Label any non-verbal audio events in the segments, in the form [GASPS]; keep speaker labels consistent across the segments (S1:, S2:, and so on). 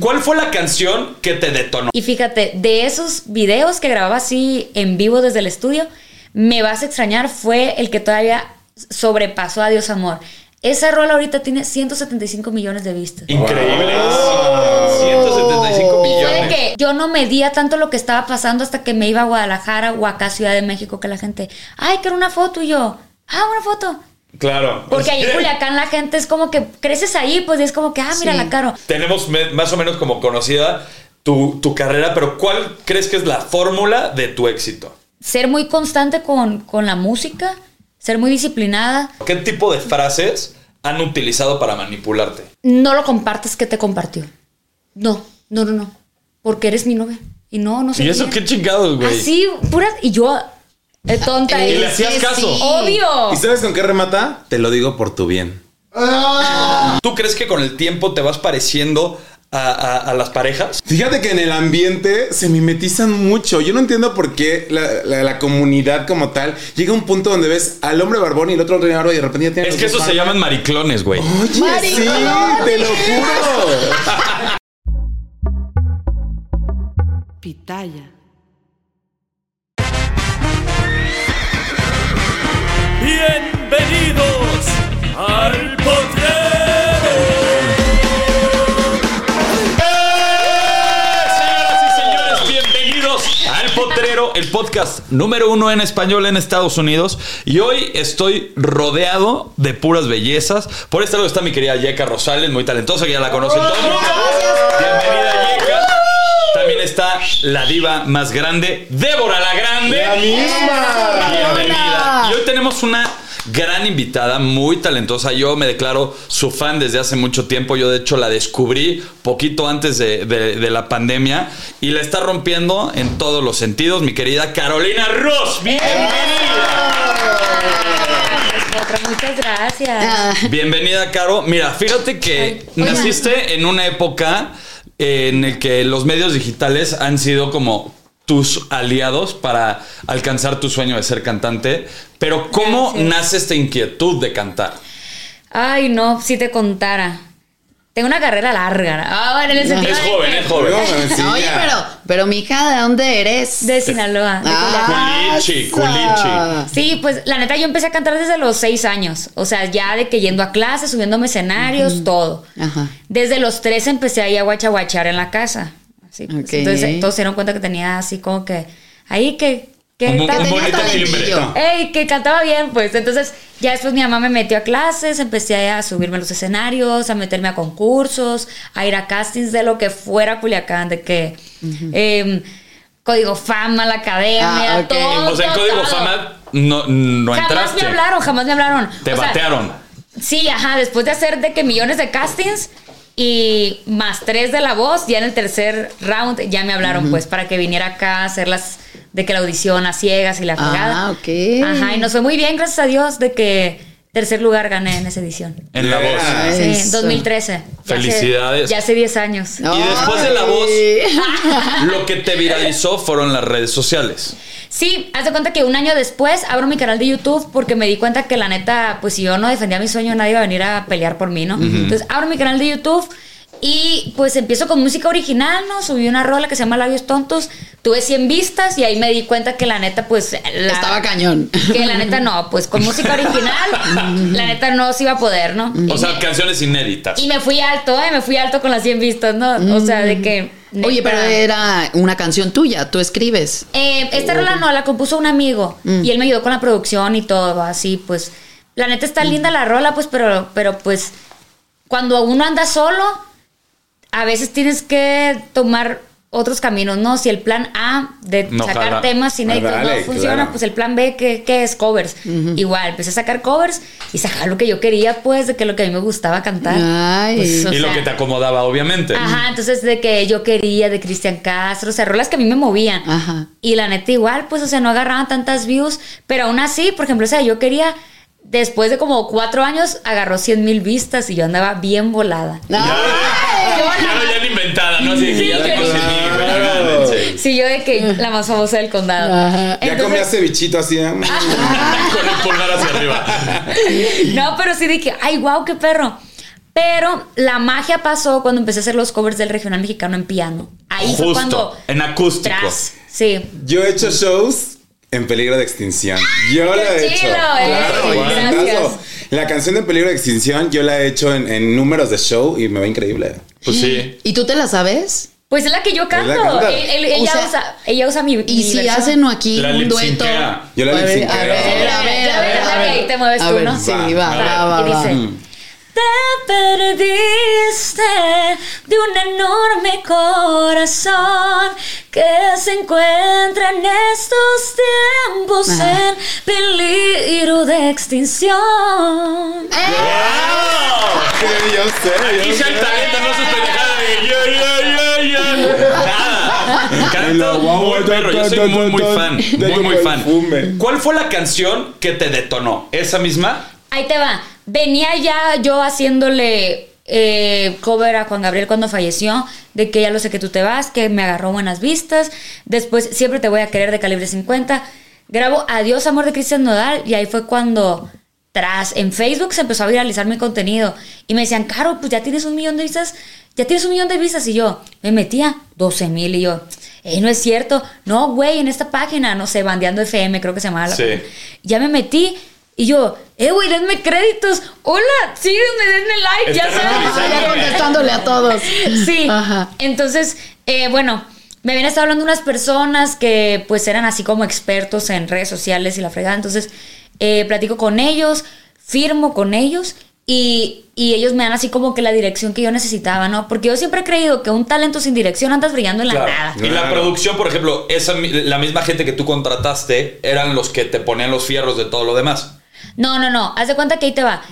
S1: ¿Cuál fue la canción que te detonó?
S2: Y fíjate, de esos videos que grababa así en vivo desde el estudio, Me vas a extrañar fue el que todavía sobrepasó a Dios Amor. Esa rola ahorita tiene 175 millones de vistas.
S1: Increíble. 175
S2: Puede
S1: millones.
S2: que yo no medía tanto lo que estaba pasando hasta que me iba a Guadalajara o acá a Ciudad de México que la gente, ay, quiero una foto y yo, ah, una foto.
S1: Claro.
S2: Porque ahí en Culiacán la gente es como que creces ahí, pues y es como que, ah, mira la caro.
S1: Tenemos me- más o menos como conocida tu, tu carrera, pero ¿cuál crees que es la fórmula de tu éxito?
S2: Ser muy constante con, con la música, ser muy disciplinada,
S1: ¿Qué tipo de frases han utilizado para manipularte?
S2: no lo compartes que te compartió. No, no, no, no. Porque eres mi novia. Y no, no sé.
S1: ¿Y eso
S2: quién.
S1: qué chingados, güey?
S2: Así, pura. Y yo, eh, tonta.
S1: ¿Y
S2: y-
S1: le hacías caso?
S3: ¿Y
S2: Obvio.
S3: sabes con qué remata? Te lo digo por tu bien.
S1: ¿Tú crees que con el tiempo te vas pareciendo a, a- a las parejas?
S3: Fíjate que en el ambiente se mimetizan mucho. Yo no entiendo por qué la, la- la comunidad como tal llega a un punto donde ves al hombre barbón y el otro hombre barbón y de repente ya tiene.
S1: Es que eso se llaman mariclones, güey.
S3: Oye, sí, te lo juro.
S4: Pitaya.
S5: Bienvenidos al potrero.
S1: Señoras y señores, bienvenidos al Potrero, el podcast número uno en español en Estados Unidos. Y hoy estoy rodeado de puras bellezas. Por este lado está mi querida Yeka Rosales, muy talentosa, que ya la conocen todo el mundo. Bienvenida, Yeka. También está la diva más grande, Débora la Grande.
S3: La misma.
S1: Bienvenida. Y hoy tenemos una gran invitada, muy talentosa. Yo me declaro su fan desde hace mucho tiempo. Yo, de hecho, la descubrí poquito antes de, de- de la pandemia y la está rompiendo en todos los sentidos. Mi querida Carolina Ross, bienvenida.
S2: Otra, muchas gracias.
S1: Ah. Bienvenida, Caro. Mira, fíjate que
S2: Oigan.
S1: naciste en una época eh, en el que los medios digitales han sido como tus aliados para alcanzar tu sueño de ser cantante, pero ¿cómo
S2: Gracias.
S1: nace esta inquietud de cantar?
S2: Ay, no, si te contara. Tengo una carrera larga. ¿no? Ah, bueno, en el sentido
S1: Es
S2: de-
S1: joven, es joven.
S3: No, sí,
S4: Oye,
S3: ya.
S4: pero, pero mija, ¿de dónde eres?
S2: De Sinaloa. de Culiacán.
S4: Ah,
S1: Culichi,
S4: esa.
S1: culichi.
S2: Sí, pues la neta yo empecé a cantar desde los seis años. O sea, ya de que yendo a clases, subiéndome a escenarios, todo.
S4: Ajá.
S2: Desde los tres empecé ahí a guachaguachar en la casa. Así, pues,
S4: Ok.
S2: Entonces todos se dieron cuenta que tenía así como que... Ahí que... que
S1: Un,
S2: tal-
S1: un
S4: tenía
S1: bonito
S4: talentillo.
S1: timbre.
S2: ¡Ey! Que cantaba bien, pues. Entonces, ya después mi mamá me metió a clases, empecé a subirme a los escenarios, a meterme a concursos, a ir a castings de lo que fuera Culiacán, de que. em, Código Fama, la academia,
S4: Ah, ok.
S2: todo.
S1: O sea, en Código
S2: todo.
S1: Fama no, no
S2: Oh, Jamás
S1: entraste.
S2: me hablaron, jamás me hablaron.
S1: Te
S2: O sea,
S1: batearon.
S2: Sí, ajá, después de hacer de que millones de castings y más tres de la voz, ya en el tercer round ya me hablaron pues para que viniera acá a hacer las de que la audición a ciegas y la fregada.
S4: Ah, ok.
S2: Ajá, y nos fue muy bien, gracias a Dios, de que tercer lugar gané en esa edición.
S1: En la voz.
S3: Ah,
S2: Sí, en
S4: Eso.
S2: 2013. Ya hace-
S1: Felicidades.
S2: Ya hace 10 años.
S1: Y después de la voz,
S4: ah. Ay.
S1: lo que te viralizó fueron las redes sociales.
S2: Sí, haz de cuenta que un año después abro mi canal de YouTube porque me di cuenta que la neta, pues si yo no defendía mi sueño, nadie iba a venir a pelear por mí, ¿no? Entonces abro mi canal de YouTube Y pues empiezo con música original, ¿no? Subí una rola que se llama Labios Tontos. Tuve 100 vistas y ahí me di cuenta que la neta, pues. la-
S4: Estaba cañón.
S2: Que la neta no, pues con música original, la neta no se iba a poder, ¿no?
S1: O sea, canciones inéditas.
S2: Y me fui alto, ¿eh? Me fui alto con las 100 vistas, ¿no? O sea, de que.
S4: [LAUGHS] Oye,
S2: neta.
S4: pero era una canción tuya, tú escribes.
S2: Eh, esta rola no, la compuso un amigo
S3: Mm.
S2: y él me ayudó con la producción y todo, así pues. La neta
S3: Mm.
S2: está linda la rola, pues, pero, pero pues cuando uno anda solo, a veces tienes que tomar otros caminos, ¿no? Si el plan A de
S1: No
S2: sacar
S1: jala.
S2: temas inéditos
S3: Ah, dale,
S2: no funciona,
S3: claro.
S2: pues el plan B, ¿qué, qué es? Covers. Igual, empecé a sacar covers y sacar lo que yo quería, pues, de que lo que a mí me gustaba cantar.
S4: Ay.
S2: Pues, o
S1: Y lo
S2: sea,
S1: que te acomodaba, obviamente.
S2: Ajá, entonces de que yo quería, de Cristian Castro, o sea, rolas que a mí me movían.
S4: Ajá.
S2: Y la neta igual, pues, o sea, no agarraban tantas views, pero aún así, por ejemplo, o sea, yo quería, después de como cuatro años, agarró 100 mil vistas y yo andaba bien volada.
S4: Ay.
S1: Ya lo habían inventada, ¿no? Así que ya
S2: Sí,
S1: la
S2: claro.
S1: conseguí, güey, agárrense.
S2: Sí, yo de que la más famosa del condado.
S4: Ah. Ajá.
S3: Ya
S2: Entonces-
S3: comías cevichito así. ¿eh?
S4: Ah,
S1: Con el pulgar hacia arriba.
S2: [LAUGHS] No, pero sí dije, ay, wow, qué perro. Pero la magia pasó cuando empecé a hacer los covers del regional mexicano en piano. Ahí fue cuando...
S1: Justo, en acústico.
S2: Tras, sí.
S3: Yo he hecho shows en peligro de extinción. Yo
S2: Qué
S3: la he hecho.
S2: chido, eh.
S3: y
S2: Gracias.
S3: tantazo. La canción de peligro de extinción yo la he hecho en, en números de show y me va increíble.
S1: Pues sí.
S4: ¿Y tú te la sabes?
S2: Pues es la que yo
S3: la
S2: canto.
S3: canta.
S2: Él- él-
S4: O
S2: ella,
S4: sea,
S2: usa, ella usa mi. mi
S4: ¿Y si
S2: versión.
S4: hacen aquí
S1: La
S4: un dueto?
S1: lipsinquea.
S3: Yo la
S4: A ver,
S3: lipsinqueo.
S4: A ver, a ver, a ver, a ver.
S2: Ahí te mueves
S4: A
S2: Pues tú,
S4: ver,
S2: ¿no?
S4: Sí,
S3: Va,
S4: va,
S3: a
S4: va, va,
S2: y
S4: [LAUGHS] va.
S2: dice. Te perdiste de un enorme corazón que se encuentra en estos tiempos
S4: Ajá.
S2: en peligro de extinción. Ah.
S3: Sí, yo sé, yo
S1: Aquí
S3: sé.
S1: ya el talento no se pendejada de yo, yo, yo, yo. Nada. Canto muy perro. Yo soy muy, muy fan. Muy, muy fan. ¿Cuál fue la canción que te detonó? ¿Esa misma?
S2: Ahí te va. Venía ya yo haciéndole eh, cover a Juan Gabriel cuando falleció, de que ya lo sé que tú te vas, que me agarró buenas vistas. Después, siempre te voy a querer de calibre 50. Grabo Adiós, amor de Cristian Nodal, y ahí fue cuando. Tras, en Facebook se empezó a viralizar mi contenido y me decían, Caro, pues ya tienes un millón de vistas, ya tienes un millón de vistas. Y yo me metía 12 mil y yo, eh, no es cierto, no, güey, en esta página, no sé, Bandeando FM, creo que se llamaba la
S1: Sí.
S2: ya me metí y yo, eh, güey, denme créditos. Hola, sígueme, denme like, ya
S1: Estás
S4: Ah,
S2: sabes.
S4: ya contestándole a todos.
S2: Sí.
S4: Ajá.
S2: Entonces, eh, bueno, me habían estado hablando unas personas que pues eran así como expertos en redes sociales y la fregada. Entonces, eh, platico con ellos, firmo con ellos y, y ellos me dan así como que la dirección que yo necesitaba, ¿no? Porque yo siempre he creído que un talento sin dirección andas brillando en la nada.
S1: Y la
S3: Claro.
S1: producción, por ejemplo, esa, mi- la misma gente que tú contrataste eran los que te ponían los fierros de todo lo demás.
S2: No, no, no. Haz de cuenta que ahí te va.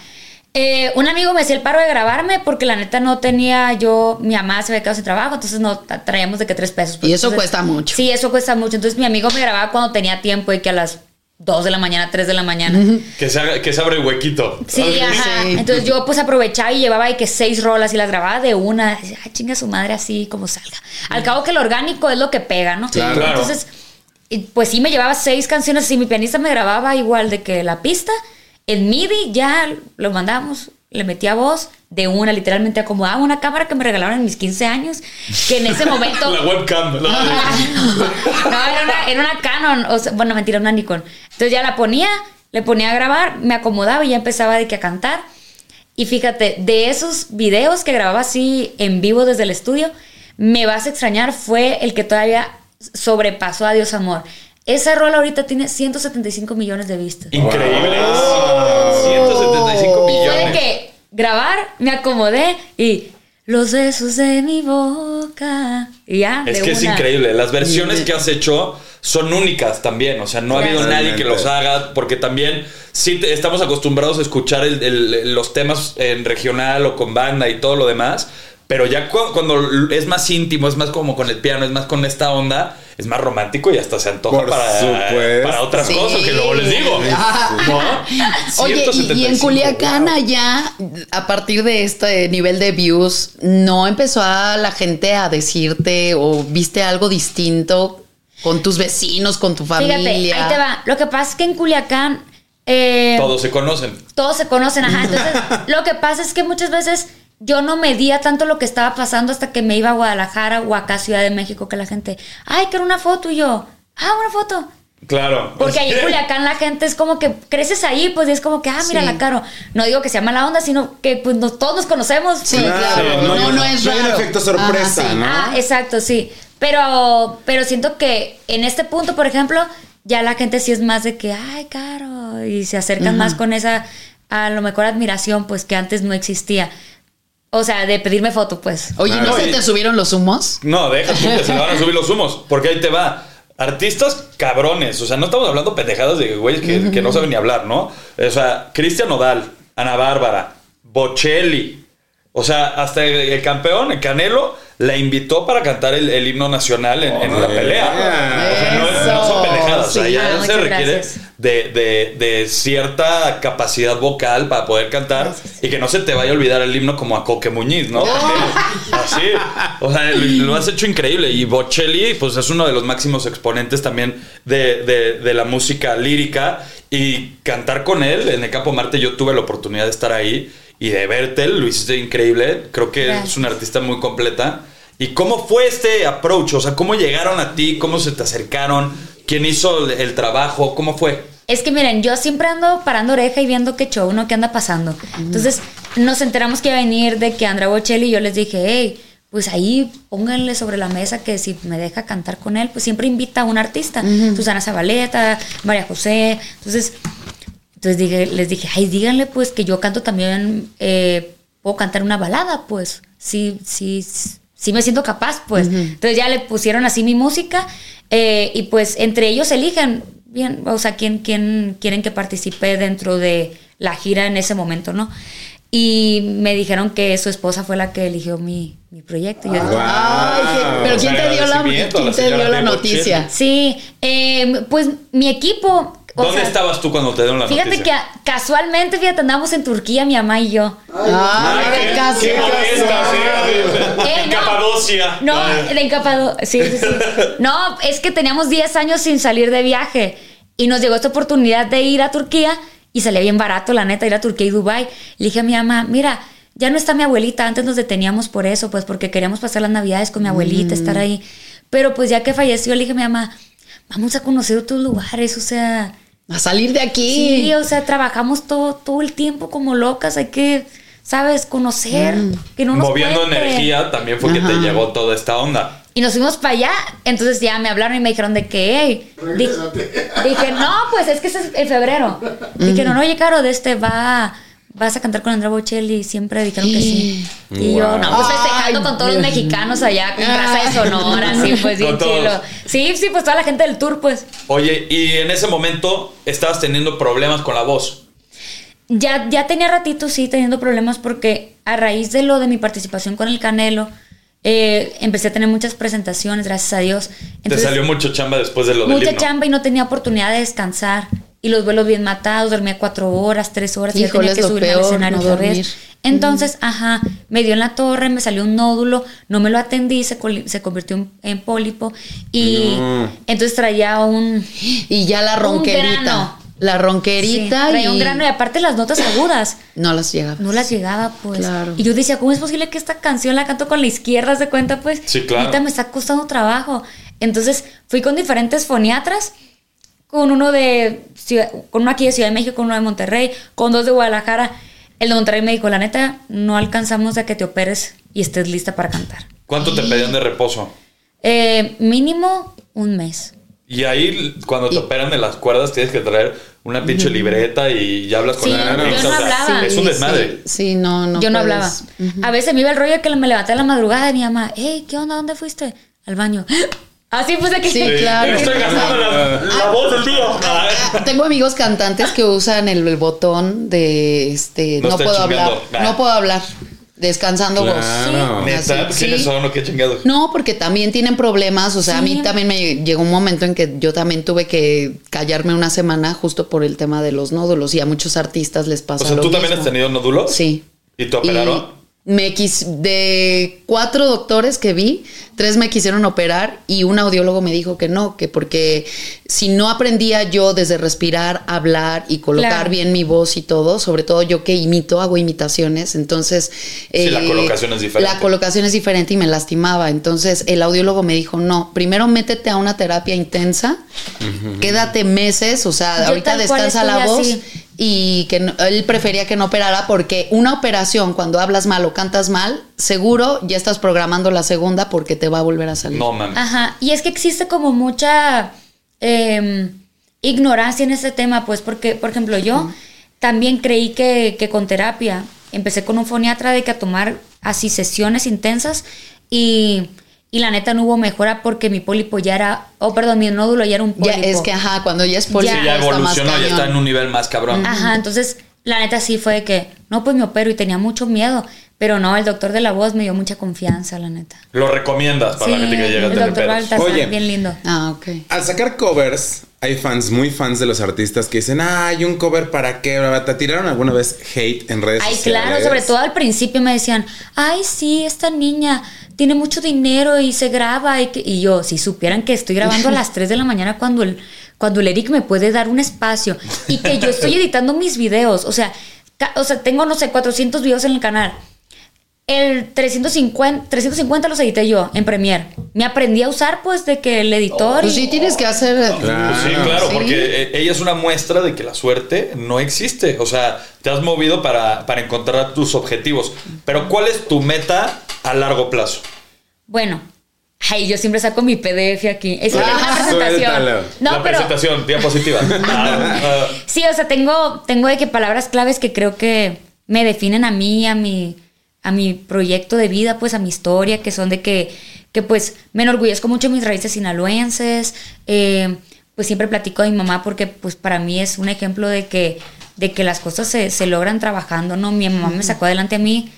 S2: Eh, un amigo me hacía el paro de grabarme porque la neta no tenía yo, mi mamá se había quedado sin trabajo, entonces no tra- traíamos de que tres pesos. pues,
S4: Y eso
S2: Entonces,
S4: cuesta mucho.
S2: Sí, eso cuesta mucho. Entonces mi amigo me grababa cuando tenía tiempo y que a las 2 de la mañana, 3 de la mañana.
S1: Que se, haga- que se abre el huequito.
S2: Sí, ajá.
S4: Sí.
S2: Entonces yo pues aprovechaba y llevaba de que seis rolas y las grababa de una. Decía, Ay, chinga su madre así como salga. Al cabo que el orgánico es lo que pega, ¿no?
S1: Mm. Claro. Claro.
S2: Entonces, y, pues sí me llevaba seis canciones y mi pianista me grababa igual de que la pista. En MIDI ya lo mandamos, le metía voz de una, literalmente acomodaba una cámara que me regalaron en mis 15 años, que
S1: [LAUGHS]
S2: en ese momento...
S1: La webcam. la-
S2: No, era una, era una Canon. o sea, bueno, mentira, una Nikon. Entonces ya la ponía, le ponía a grabar, me acomodaba y ya empezaba de que a cantar. Y fíjate, de esos videos que grababa así en vivo desde el estudio, Me Vas a Extrañar fue el que todavía sobrepasó a Dios Amor. Esa rola ahorita tiene 175 millones de vistas.
S1: Increíble. 175
S2: Fue de
S1: millones.
S2: que grabar, me acomodé y los besos de mi boca. Y ya.
S1: Es
S2: de
S1: que es
S2: una.
S1: increíble. Las versiones que has hecho son únicas también. O sea, no ha habido
S3: Totalmente.
S1: nadie que los haga. Porque también sí te- estamos acostumbrados a escuchar el- el- los temas en regional o con banda y todo lo demás. Pero ya cu- cuando es más íntimo, es más como con el piano, es más con esta onda, es más romántico y hasta se antoja
S3: Por
S1: para,
S3: supuesto.
S1: para otras
S4: Sí.
S1: cosas que luego les digo. ¿no?
S4: Oye, y, y en
S1: 175,
S4: Culiacán
S1: wow.
S4: allá, a partir de este nivel de views, ¿no empezó a la gente a decirte o viste algo distinto con tus vecinos, con tu familia?
S2: Fíjate, ahí te va. Lo que pasa es que en Culiacán eh,
S1: Todos se conocen.
S4: [LAUGHS]
S2: todos se conocen, ajá. Entonces, lo que pasa es que muchas veces yo no medía tanto lo que estaba pasando hasta que me iba a Guadalajara o acá a Ciudad de México, que la gente, ay, quiero una foto y yo, ah, una foto.
S1: Claro.
S2: Porque ahí en
S1: [LAUGHS]
S2: Culiacán la gente es como que creces ahí, pues y es como que, ah, mira
S4: Sí.
S2: la caro. No digo que sea mala onda, sino que pues no- todos nos conocemos.
S4: Sí,
S2: pues.
S4: claro.
S3: no,
S4: No, no,
S3: no,
S4: es
S3: no hay
S4: raro.
S3: un efecto sorpresa,
S4: Ajá, sí.
S3: ¿no?
S2: Ah, exacto, sí. Pero, pero siento que en este punto, por ejemplo, ya la gente sí es más de que, ay, caro, y se acercan más con esa, a lo mejor admiración, pues que antes no existía. O sea, de pedirme foto, pues.
S4: Oye, ¿no
S1: Claro.
S4: se te subieron los humos?
S1: No, deja tú que se le van a subir los humos, porque ahí te va. Artistas cabrones, o sea, no estamos hablando pendejadas de güeyes que, que no saben ni hablar, ¿no? O sea, Cristian Odal, Ana Bárbara, Bocelli, o sea, hasta el, el campeón, el Canelo, la invitó para cantar el, el himno nacional en, en la pelea. O sea, no, es- no son
S4: Eso,
S1: pendejadas, o sea,
S4: sí.
S1: ya
S2: Ah,
S1: se
S2: muchas
S1: requiere
S2: gracias.
S1: de, de- de cierta capacidad vocal para poder cantar y que no se te vaya a olvidar el himno como a Coque Muñiz, ¿no? Así. O sea, lo, lo has hecho increíble. Y Bocelli, pues es uno de los máximos exponentes también de, de- de la música lírica. Y cantar con él en el Campo Marte, yo tuve la oportunidad de estar ahí y de verte, lo hiciste increíble. Creo que
S2: Gracias.
S1: es una artista muy completa. ¿Y cómo fue este approach? O sea, ¿cómo llegaron a ti? ¿Cómo se te acercaron? ¿Quién hizo el, el trabajo? ¿Cómo fue?
S2: Es que miren, yo siempre ando parando oreja y viendo qué show, ¿no? ¿Qué anda pasando? Entonces nos enteramos que iba a venir de que Andrea Bocelli y yo les dije, hey, pues ahí pónganle sobre la mesa que si me deja cantar con él, pues siempre invita a un artista. Susana Zabaleta, María José. Entonces, entonces dije- les dije, ay, díganle pues que yo canto también, eh, puedo cantar una balada, pues. Sí, sí, sí me siento capaz, pues. Entonces ya le pusieron así mi música eh, y pues entre ellos eligen, bien, o sea, quién, quién quieren que participe dentro de la gira en ese momento, ¿no? Y me dijeron que su esposa fue la que eligió mi, mi proyecto. Y
S1: Ah,
S2: yo dije,
S4: Ay, qué- pero ¿quién te dio la,
S1: agradecimiento a la
S4: ¿quién te
S1: señora
S4: dio la
S1: de Bocelli.
S4: noticia?
S2: sí, eh, pues mi equipo... o
S1: ¿Dónde
S2: sea,
S1: estabas tú cuando te dieron la
S2: Fíjate
S1: noticia?
S2: que casualmente, fíjate, andamos en Turquía, mi mamá y yo.
S4: Ay,
S1: Ay,
S4: qué
S1: qué-
S4: casi.
S1: qué modesta, sí,
S2: Eh,
S1: En
S2: no.
S1: Capadocia.
S2: No,
S1: Ah.
S2: de encapado. Sí, sí, sí. No, es que teníamos 10 años sin salir de viaje y nos llegó esta oportunidad de ir a Turquía y salía bien barato, la neta, ir a Turquía y Dubái. Le dije a mi mamá, mira, ya no está mi abuelita, antes nos deteníamos por eso, pues porque queríamos pasar las navidades con mi abuelita, estar ahí. Pero pues ya que falleció, le dije a mi mamá, vamos a conocer otros lugares, o sea,
S4: A salir de aquí.
S2: Sí, o sea, trabajamos todo, todo el tiempo como locas, hay que, ¿sabes? Conocer, que no nos
S1: Moviendo
S2: cuente.
S1: energía también fue que te
S4: Ajá.
S1: llegó toda esta onda.
S2: Y nos fuimos para allá, entonces ya me hablaron y me dijeron de que, hey, di- [LAUGHS] dije, no, pues es que es en febrero. Dijeron, oye, Caro, de este va... Vas a cantar con Andrea Bocelli, siempre dijeron que sí. Y yo, no, pues festejando
S4: Ay,
S2: con todos los
S4: Dios.
S2: mexicanos allá, con raza de Sonora, sí, pues bien
S1: Con todos.
S2: chilo. Sí, sí, pues toda la gente del tour, pues.
S1: Oye, y en ese momento estabas teniendo problemas con la voz.
S2: Ya, ya tenía ratito, sí, teniendo problemas porque a raíz de lo de mi participación con el Canelo, eh, empecé a tener muchas presentaciones, gracias a Dios. Entonces,
S1: te salió mucho chamba después de lo del
S2: mucha
S1: himno.
S2: chamba y no tenía oportunidad de descansar. Y los vuelos bien matados, dormía cuatro horas, tres horas, y ya
S4: Híjole,
S2: tenía
S4: es
S2: que
S4: lo
S2: subir al
S4: peor,
S2: escenario
S4: no
S2: otra
S4: dormir.
S2: vez. Entonces, ajá, me dio en la torre, me salió un nódulo, no me lo atendí, se, coli- se convirtió en, en pólipo. Y entonces traía un,
S4: Y ya la
S2: Un
S4: ronquerita.
S2: grano.
S4: La ronquerita
S2: sí,
S4: y
S2: traía un grano y aparte las notas agudas.
S4: no las llegaba.
S2: no las llegaba, pues.
S4: Claro.
S2: Y yo decía, ¿cómo es posible que esta canción la canto con la izquierda? ¿Se cuenta, pues?
S1: Sí, claro.
S2: Ahorita me está costando trabajo. Entonces fui con diferentes foniatras, con uno de Ciudad- con uno aquí de Ciudad de México, con uno de Monterrey, con dos de Guadalajara. El de Monterrey me dijo, la neta, no alcanzamos a que te operes y estés lista para cantar.
S1: ¿Cuánto te pedían de reposo?
S2: Eh, mínimo un mes.
S1: Y ahí, cuando te
S4: Y-
S1: operan de las cuerdas, tienes que traer una pinche libreta y ya hablas con
S2: Sí,
S1: la
S2: yo
S1: nariz,
S2: no
S1: o sea,
S2: hablaba.
S1: Es un desmadre.
S4: Sí, sí, no, no.
S2: yo no
S4: puedes.
S2: hablaba. A veces me iba el rollo de que me levanté a la madrugada y mi mamá, hey, ¿qué onda? ¿Dónde fuiste? Al baño. [GASPS] Así pues de que... [LAUGHS]
S4: Sí, claro.
S1: Estoy gastando la, la voz del tío.
S4: Ah, [LAUGHS] Tengo amigos cantantes que usan el, el botón de este
S1: No
S4: no,
S1: estoy
S4: puedo
S1: chingando.
S4: hablar,
S1: Ah.
S4: no puedo hablar, descansando
S3: Claro.
S4: voz.
S1: Neta,
S4: Así,
S1: ¿quiénes
S4: ah, sí.
S1: son o qué chingados?
S4: No, porque también tienen problemas. O sea, a mí
S2: Sí.
S4: también me llegó un momento en que yo también tuve que callarme una semana justo por el tema de los nódulos y a muchos artistas les
S1: O
S4: pasa.
S1: sea,
S4: lo
S1: ¿tú también
S4: mismo.
S1: has tenido nódulo?
S4: Sí.
S1: ¿Y te operaron?
S4: Me quis- de cuatro doctores que vi, tres me quisieron operar y un audiólogo me dijo que no, que porque si no aprendía yo desde respirar, hablar y colocar
S2: Claro.
S4: bien mi voz y todo, sobre todo yo que imito, hago imitaciones, entonces... eh,
S1: la colocación es diferente.
S4: La colocación es diferente y me lastimaba. Entonces el audiólogo me dijo, no, primero métete a una terapia intensa, quédate meses, o sea,
S2: Yo
S4: ahorita
S2: tal cual
S4: descansa la
S2: estoy
S4: voz
S2: así.
S4: y que no- él prefería que no operara porque una operación cuando hablas mal o cantas mal, seguro ya estás programando la segunda porque te va a volver a salir.
S1: No mames.
S2: Ajá, y es que existe como mucha eh, ignorancia en este tema, pues, porque, por ejemplo, yo también creí que, que con terapia empecé con un foniatra de que a tomar así sesiones intensas y, y la neta no hubo mejora porque mi pólipo ya era, oh, perdón, mi nódulo ya era un
S4: Ya
S2: pólipo.
S4: es que ajá, cuando ya es por
S2: Sí,
S1: ya
S2: está
S1: evolucionó, ya está en un nivel más cabrón.
S2: Ajá, entonces la neta sí fue de que, no, pues me opero y tenía mucho miedo, pero no, el doctor de la voz me dio mucha confianza, la neta.
S1: Lo recomiendas para la gente que llega a
S2: el
S1: tener
S2: doctor
S1: pedos.
S2: Baltasar,
S3: Oye.
S2: bien lindo.
S4: Ah, ok.
S3: Al sacar covers, hay fans muy fans de los artistas que dicen, ah, hay un cover para qué, bla, bla". ¿te tiraron alguna vez hate en redes
S2: Ay,
S3: sociales?
S2: claro, sobre todo al principio me decían, ay, sí, esta niña tiene mucho dinero y se graba. Y, que- y yo, si supieran que estoy grabando a las 3 de la mañana cuando el, cuando el Eric me puede dar un espacio y que yo estoy editando mis videos, o sea, ca- o sea tengo, no sé, 400 videos en el canal. El 350, 350 los edité yo en Premiere. Me aprendí a usar, pues, de que el editor.
S4: Pues
S2: y-
S4: sí tienes que hacer...
S3: Claro.
S1: sí, claro,
S4: sí.
S1: porque eh, ella es una muestra de que la suerte no existe. O sea, te has movido para, para encontrar tus objetivos. Pero ¿cuál es tu meta a largo plazo?
S2: Bueno, ay, yo siempre saco mi PDF aquí. Es
S3: Suéltalo.
S2: una presentación.
S3: Suéltalo.
S2: No,
S1: la
S2: pero.
S1: presentación,
S2: [LAUGHS]
S1: diapositiva. Ah, ah.
S2: Sí, o sea, tengo, tengo de que palabras claves que creo que me definen a mí, a mi, a mi proyecto de vida, pues a mi historia, que son de que, que pues me enorgullezco mucho de mis raíces sinaloenses, eh, pues siempre platico a mi mamá porque pues para mí es un ejemplo de que, de que las cosas se, se logran trabajando, ¿no? Mi mamá me sacó adelante a mí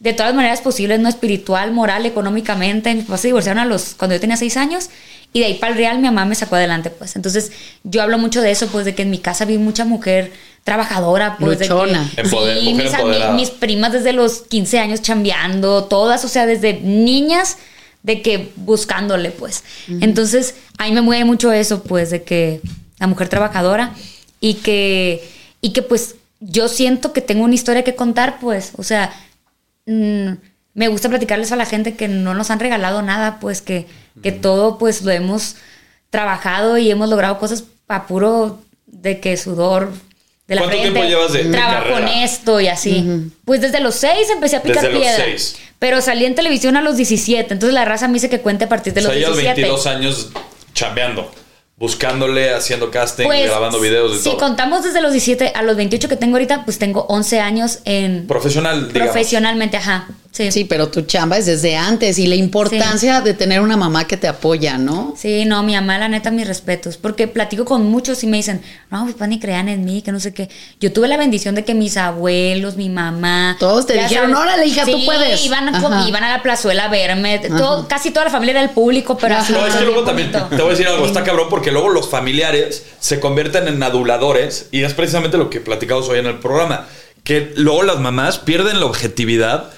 S2: de todas maneras posibles, no espiritual, moral, económicamente. Mis papás se divorciaron a los, cuando yo tenía seis años y de ahí para el real mi mamá me sacó adelante, pues. Entonces yo hablo mucho de eso, pues, de que en mi casa vi mucha mujer trabajadora, pues. de que-
S4: Luchona.
S1: Empoder-
S2: sí,
S1: mujer
S2: mis, ami-
S1: empoderada.
S2: mis primas desde los 15 años chambeando, todas, o sea, desde niñas de que buscándole, pues. Entonces, a mí me mueve mucho eso, pues, de que la mujer trabajadora y que, y que pues yo siento que tengo una historia que contar, pues, o sea, mm, me gusta platicarles a la gente que no nos han regalado nada, pues, que, que todo, pues, lo hemos trabajado y hemos logrado cosas a puro de que sudor. De la
S1: ¿Cuánto
S2: frente,
S1: tiempo llevas de- de
S2: Trabajo
S1: carrera?
S2: en esto y así. Pues desde los seis empecé a picar
S1: Desde los
S2: piedra.
S1: seis.
S2: Pero salí en televisión a los 17. Entonces la raza me dice que cuente a partir de
S1: O sea,
S2: los
S1: llevas
S2: 17.
S1: 22 años chambeando, buscándole, haciendo casting,
S2: Pues,
S1: grabando videos de
S2: si
S1: todo.
S2: contamos desde los 17 a los 28 que tengo ahorita, pues tengo 11 años en
S1: Profesional, digamos.
S2: profesionalmente, ajá. Sí.
S4: Sí,
S2: sí.
S4: pero tu chamba es desde antes y la importancia de tener una mamá que te apoya, ¿no?
S2: no, mi mamá, la neta, mis respetos. Porque platico con muchos y me dicen, no, pues pa, ni crean en mí, que no sé qué. Yo tuve la bendición de que mis abuelos, mi mamá.
S4: Todos te
S2: ya
S4: dijeron, "Órale, hija, tú
S2: Sí,
S4: puedes".
S2: Iban,
S4: Ajá.
S2: con- iban a la plazuela a verme. Todo- casi toda la familia era el público, pero así.
S1: No, es que
S2: bien
S1: luego también te
S2: bonito.
S1: voy a decir algo, está cabrón porque luego los familiares se convierten en aduladores y es precisamente lo que platicamos hoy en el programa, que luego las mamás pierden la objetividad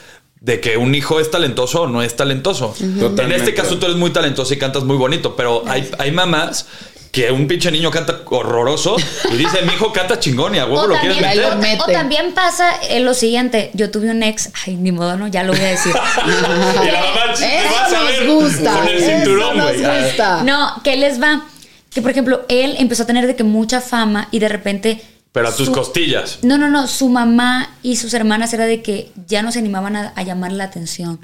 S1: de que un hijo es talentoso o no es talentoso. En
S3: Totalmente.
S1: este caso tú eres muy talentoso y cantas muy bonito, pero hay, hay mamás que un pinche niño canta horroroso y dice, mi hijo canta chingón y a huevo
S2: O
S1: lo quieres
S2: también,
S1: meter.
S4: lo mete.
S2: o también pasa eh, lo siguiente. Yo tuve un ex, ay, ni modo, no, ya lo voy a decir.
S1: y la mamá
S4: Eso
S1: "Sí, te vas a
S4: nos
S1: ver
S4: gusta.
S1: con el
S4: eso
S1: cinturón,
S4: nos
S1: güey". Ah,
S4: gusta.
S2: No, que les va. Que por ejemplo, él empezó a tener de que mucha fama y de repente.
S1: Pero a tus
S2: su-
S1: costillas.
S2: No, no, no. Su mamá y sus hermanas era de que ya no se animaban a, a llamar la atención.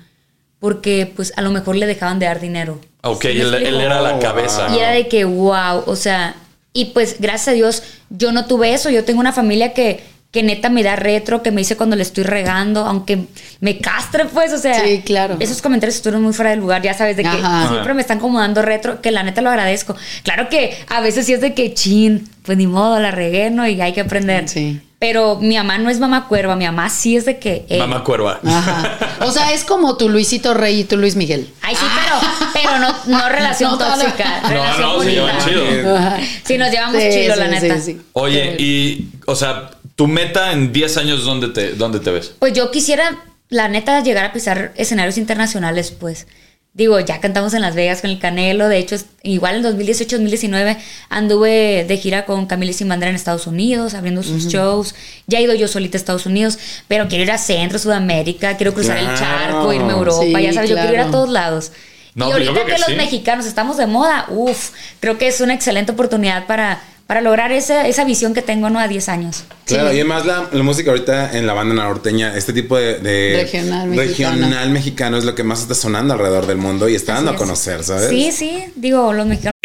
S2: Porque, pues, a lo mejor le dejaban de dar dinero.
S1: Ok,
S2: ¿Sí me
S1: él, él
S2: explico?
S1: era la cabeza.
S2: Y era de que, wow, o sea, y pues gracias a Dios yo no tuve eso, yo tengo una familia que, que neta me da retro, que me dice cuando le estoy regando, aunque me castre, pues, o sea,
S4: Sí, claro.
S2: esos comentarios estuvieron muy fuera de lugar, ya sabes, de que
S4: Ajá.
S2: siempre me están como dando retro, que la neta lo agradezco. Claro que a veces sí es de que, chin, pues ni modo, la regué, ¿no? Y hay que aprender.
S4: Sí.
S2: Pero mi mamá no es mamá cuerva, mi mamá sí es de que... "Ey,
S1: Mamá cuerva.
S4: Ajá.
S1: [LAUGHS]
S4: O sea, es como tu Luisito Rey y tu Luis Miguel.
S2: Ay, sí, pero, pero no, no relación
S4: Ah. [LAUGHS] No, no, no.
S2: tóxica.
S1: No,
S4: No,
S2: relación
S1: no, se
S2: bonita.
S1: llevan chido.
S2: Sí, nos llevamos
S4: Sí,
S2: chido,
S4: sí,
S2: la
S4: sí,
S2: neta.
S4: sí.
S1: Oye, y, o sea, tu meta en 10 años, ¿dónde te, dónde te ves?
S2: Pues yo quisiera la neta, llegar a pisar escenarios internacionales, pues. Digo, ya cantamos en Las Vegas con el Canelo. De hecho, es- igual en 2018-2019 anduve de gira con Camila y Simandra en Estados Unidos, abriendo sus shows. Ya he ido yo solita a Estados Unidos, pero quiero ir a Centro, Sudamérica, quiero cruzar el
S3: Claro.
S2: charco, irme a Europa.
S4: Sí,
S2: ya sabes, yo quiero ir a
S4: claro.
S2: todos lados.
S1: No,
S2: y
S1: pero yo creo
S2: ahorita que,
S1: que
S2: los
S1: sí.
S2: mexicanos estamos de moda, uff, creo que es una excelente oportunidad para, para lograr esa, esa visión que tengo ¿no? a 10 años.
S3: Claro, y además la, la música ahorita en la banda norteña, este tipo de, de-
S4: Regional mexicana.
S3: regional mexicano es lo que más está sonando alrededor del mundo y está dando a conocer, ¿sabes?
S2: Sí, sí, digo, los mexicanos.